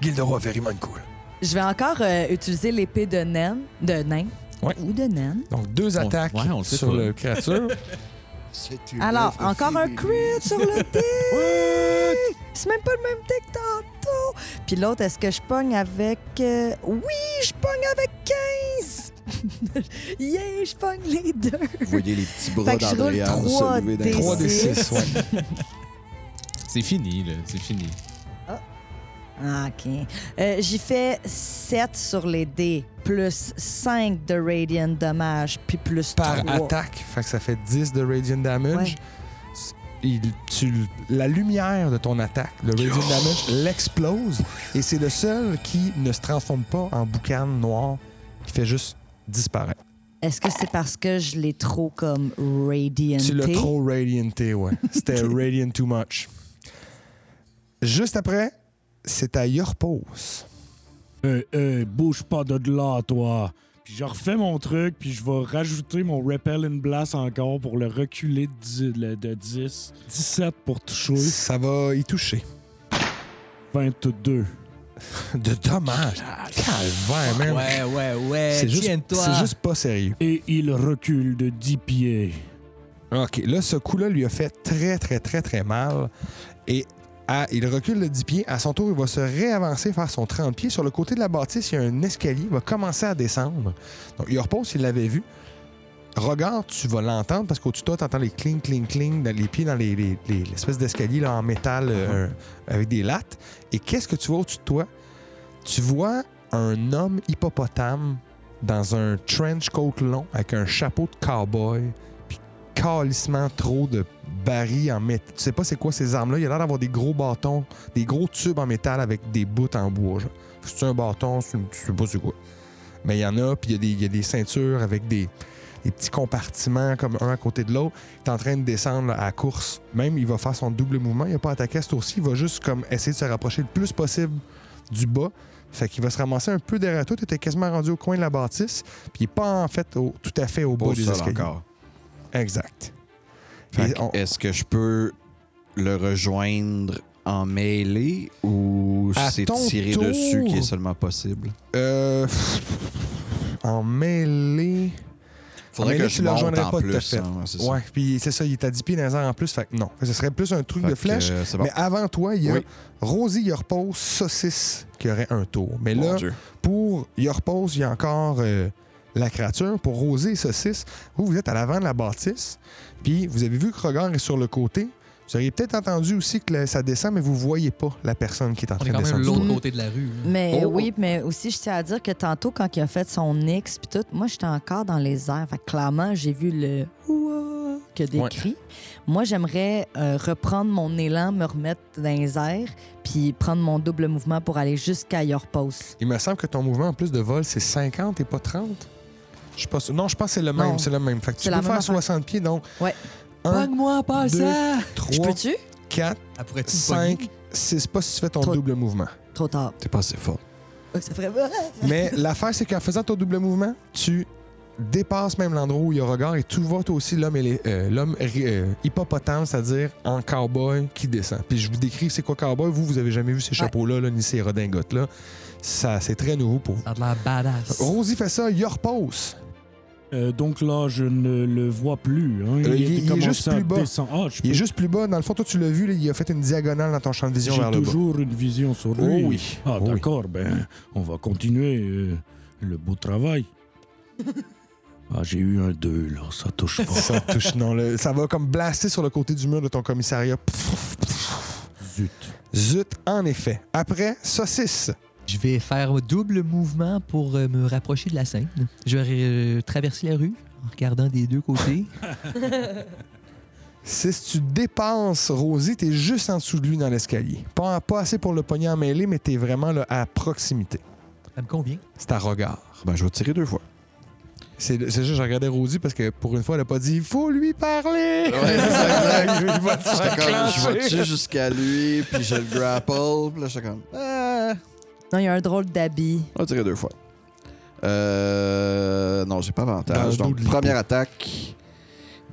S1: Gilderoy Ferryman cool.
S5: Je vais encore euh, utiliser l'épée de naine. De nain.
S1: Ouais.
S5: Ou de naine.
S1: Donc, deux
S3: On-
S1: attaques
S3: ouais, on le sait
S1: sur
S3: pas.
S1: le créature.
S5: Alors, encore un crit sur le dé. C'est même pas le même dé que tantôt. Puis l'autre, est-ce que je pogne avec. euh, Oui, je pogne avec 15. yeah, je pogne les deux.
S2: Vous voyez les petits bras
S5: Fait que je roule
S2: d'Adrien
S5: trois
S2: se lever
S5: dés.
S2: dans
S1: 3
S2: les
S1: des
S2: airs.
S1: 6, ouais.
S3: C'est fini, là. C'est fini.
S5: Ah, OK. Euh, J'y fais 7 sur les dés, plus 5 de radiant dommage, puis plus
S1: Par
S5: 3.
S1: attaque, fait que ça fait 10 de radiant damage. il- tu- la lumière de ton attaque, le radiant damage, l'explose et c'est le seul qui ne se transforme pas en boucan noir qui fait juste disparaître.
S5: Est-ce que c'est parce que je l'ai trop comme radianté?
S1: Tu l'as trop radianté, ouais. C'était radiant too much. Juste après, c'est à Yorpos.
S7: Euh, euh, bouge pas de là, toi. Puis je refais mon truc, puis je vais rajouter mon Repel and Blast encore pour le reculer de dix- le- de 10. 17 pour toucher.
S1: Ça va y toucher.
S7: 22.
S1: De dommages. Calvaire, man.
S4: Ah, Ouais, ouais, ouais.
S1: C'est juste,
S4: Tiens-toi.
S1: c'est juste pas sérieux.
S7: Et il recule de 10 pieds.
S1: OK, là, ce coup-là lui a fait très, très, très, très mal. Et à- il recule de 10 pieds. À son tour, il va se réavancer faire son 30 pieds. Sur le côté de la bâtisse, il y a un escalier. Il va commencer à descendre. Donc, il repose, il l'avait vu. Regarde, tu vas l'entendre parce qu'au-dessus de toi, tu entends les cling, cling, cling, dans les pieds dans les- les- les- l'espèce d'escalier là, en métal euh, avec des lattes. Et qu'est-ce que tu vois au-dessus de toi? Tu vois un homme hippopotame dans un trench coat long avec un chapeau de cowboy calissement trop de barils en métal. Tu sais pas c'est quoi ces armes-là. Il a l'air d'avoir des gros bâtons, des gros tubes en métal avec des bouts en bois. genre. C'est un bâton, c'est une- je sais pas c'est quoi. Mais il y en a, puis il y a des- il y, a des ceintures avec des, des petits compartiments comme un à côté de l'autre. Il est en train de descendre là, à la course. Même, il va faire son double mouvement. Il n'a pas attaqué à ce tour-ci. Il va juste comme essayer de se rapprocher le plus possible du bas. Fait qu'il va se ramasser un peu derrière toi. Tu étais quasiment rendu au coin de la bâtisse. Puis il n'est pas en fait au- tout à fait au
S2: Pas
S1: bas
S2: au
S1: des
S2: sol
S1: escaliers.
S2: encore.
S1: Exact.
S2: Fait
S1: Et
S2: que
S1: on-
S2: Est-ce que je peux le rejoindre en mêlée ou
S1: À
S2: c'est
S1: ton
S2: tirer
S1: tour.
S2: dessus qui est seulement possible?
S1: Euh, pff, en mêlée.
S2: Faudrait
S1: mêlée,
S2: que
S1: tu
S2: je
S1: le
S2: monte
S1: rejoindrais
S2: en
S1: pas tout à
S2: plus.
S1: fait.
S2: hein, ouais, c'est ça.
S1: Ouais, puis c'est ça, il est à 10 pieds dans les airs en plus. Fait que non. Fait que ce serait plus un truc
S2: Fait
S1: de
S2: que,
S1: flèche.
S2: euh, c'est bon.
S1: Mais avant toi, il y a
S2: Oui.
S1: Rosie Yorpos, Saucisse, qui aurait un tour. Mais
S2: Mon
S1: là,
S2: Dieu.
S1: pour Yorpos, il y a encore euh, la créature. Pour Rosé et Saucisse, vous, vous êtes à l'avant de la bâtisse. Puis vous avez vu que Regard est sur le côté. Vous auriez peut-être entendu aussi que là, ça descend, mais vous voyez pas la personne qui est en
S4: On
S1: train
S4: est
S1: de
S4: quand même
S1: descendre.
S4: l'autre
S5: Mm.
S4: côté de la rue. hein. là.
S5: Mais
S1: Oh.
S5: oui, mais aussi, je tiens à dire que tantôt, quand il a fait son X puis tout, moi, j'étais encore dans les airs. Fait que clairement, j'ai vu le Ouah que des
S1: Ouais.
S5: cris. Moi, j'aimerais euh, reprendre mon élan, me remettre dans les airs, puis prendre mon double mouvement pour aller jusqu'à your post.
S1: Il me semble que ton mouvement en plus de vol, c'est 50 et pas 30. Je suis pas sûr. Non, je pense que c'est le même.
S5: Non.
S1: C'est le même. Fait que tu
S5: C'est
S1: peux
S5: la
S1: faire
S5: même affaire.
S1: 60 pieds, donc
S5: Ouais.
S1: un,
S4: Pogne-moi pas
S1: deux,
S4: ça!
S5: Je
S1: 3,
S5: peux-tu?
S1: 4,
S4: Elle pourrait tout
S1: 5, 6. Pas si tu fais ton
S5: Trop-
S1: double mouvement.
S5: Trop tard.
S2: T'es pas assez fort.
S5: Oh, Ça ferait mal.
S1: Mais l'affaire, c'est qu'en faisant ton double mouvement, tu dépasses même l'endroit où il y a regard et tu vois toi aussi l'homme et les- euh, l'homme ri- euh, hippopotame, c'est-à-dire en cowboy qui descend. Puis je vous décris c'est quoi cowboy. Vous, vous avez jamais vu ces chapeaux-là, là, ni ces redingotes-là. Ça, c'est très nouveau pour vous.
S4: Ça a de l'air badass.
S1: Rosie fait ça, il repose.
S7: Euh, donc là, je ne le vois plus. hein.
S1: Euh, il-
S7: était
S1: il est
S7: commencé
S1: juste
S7: à
S1: plus bas.
S7: descendre. Ah, je
S1: Il est
S7: peux-
S1: juste plus bas. Dans le fond, toi, tu l'as vu, là, il a fait une diagonale dans ton champ de vision vers le
S7: J'ai
S1: bas.
S7: toujours une vision sur lui.
S1: Oh oui.
S7: Ah,
S1: Oh oui.
S7: d'accord. Ben, on va continuer euh, le beau travail. ah, j'ai eu un 2, là. Ça touche pas.
S1: Ça touche, non. le- ça va comme blaster sur le côté du mur de ton commissariat. Pfff, pfff.
S7: Zut.
S1: Zut, en effet. Après, saucisse.
S4: Je vais faire un double mouvement pour euh, me rapprocher de la scène. Je vais euh, traverser la rue en regardant des deux côtés.
S1: Si tu dépenses Rosie, t'es juste en dessous de lui dans l'escalier. Pas, pas assez pour le pogner en mêlée, mais t'es vraiment là, à proximité.
S4: Ça me convient.
S1: C'est à regard.
S2: Ben, je vais tirer deux fois.
S1: C'est c'est juste, je regardais Rosie parce que pour une fois, elle a pas dit « Faut lui parler! Il va te faire
S2: J'étais comme, je
S1: clencher.
S2: vais-tu jusqu'à lui, puis je le grapple, puis là, j'étais comme, ah,
S5: Non, il y a un drôle d'habit.
S2: on va tirer deux fois. Euh, non, j'ai pas avantage.
S1: Dans le dos
S2: Donc,
S1: de
S2: première attaque,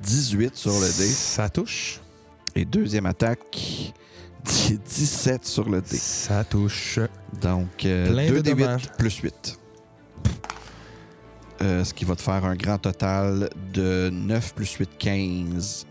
S2: 18 sur le dé.
S1: Ça touche.
S2: Et deuxième attaque, 10 17 sur le dé.
S1: Ça touche.
S2: Donc, euh,
S1: Plein de
S2: 2 d
S1: dommages.
S2: 8 plus 8. Euh, ce qui va te faire un grand total de 9 plus 8, 15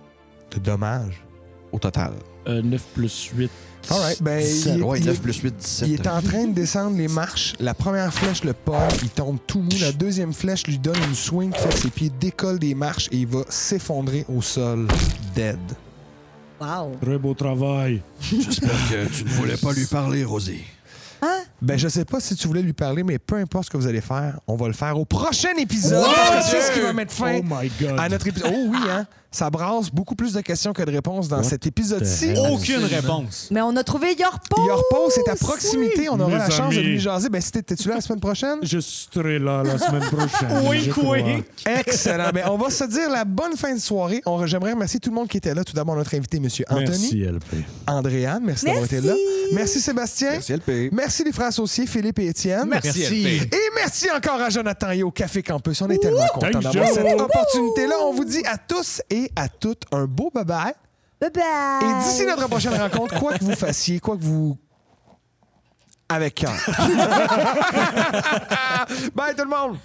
S1: De dommage.
S2: au total.
S7: Euh, 9 plus 8.
S1: All right, ben,
S2: 17.
S1: il est-
S2: Ouais,
S1: il est-
S2: 9 plus 8, 17.
S1: Il est en train de descendre les marches. La première flèche le pogne, il tombe tout mou. La deuxième flèche lui donne une swing qui fait que ses pieds décollent des marches et il va s'effondrer au sol, dead.
S5: Wow.
S7: Très beau travail.
S6: J'espère que tu ne voulais pas lui parler, Rosie.
S1: Ben, je sais pas si tu voulais lui parler, mais peu importe ce que vous allez faire, on va le faire au prochain épisode.
S7: Ouais!
S1: C'est ce qui va mettre fin
S7: Oh my God.
S1: à notre épisode. Oh oui, hein? Ça brasse beaucoup plus de questions que de réponses dans cet épisode-ci.
S7: the hell?
S3: Aucune réponse.
S5: Mais on a trouvé Yorpo!
S1: Yorpo, c'est à proximité. On aura
S7: Mes
S1: la chance de
S7: amis.
S1: lui jaser. Ben, si t'es- t'es-tu là la semaine prochaine?
S7: Je serai là la semaine prochaine.
S3: Wink,
S7: je crois.
S3: wink.
S1: Excellent. Ben, on va se dire la bonne fin de soirée. On- J'aimerais remercier tout le monde qui était là. Tout d'abord, notre invité, M. Anthony.
S7: Merci, LP.
S1: Andréane, merci, d'avoir été
S5: Merci.
S1: là. Merci, Sébastien.
S2: Merci, LP.
S1: Merci les frères associés, Philippe et Étienne.
S3: Merci, LP.
S1: Et merci encore à Jonathan et au Café Campus. On est tellement contents
S7: Thank
S1: d'avoir
S7: you.
S1: cette opportunité-là. On vous dit à tous et à toutes un beau bye-bye.
S5: Bye-bye!
S1: Et d'ici notre prochaine rencontre, quoi que vous fassiez, quoi que vous... Avec cœur. bye tout le monde!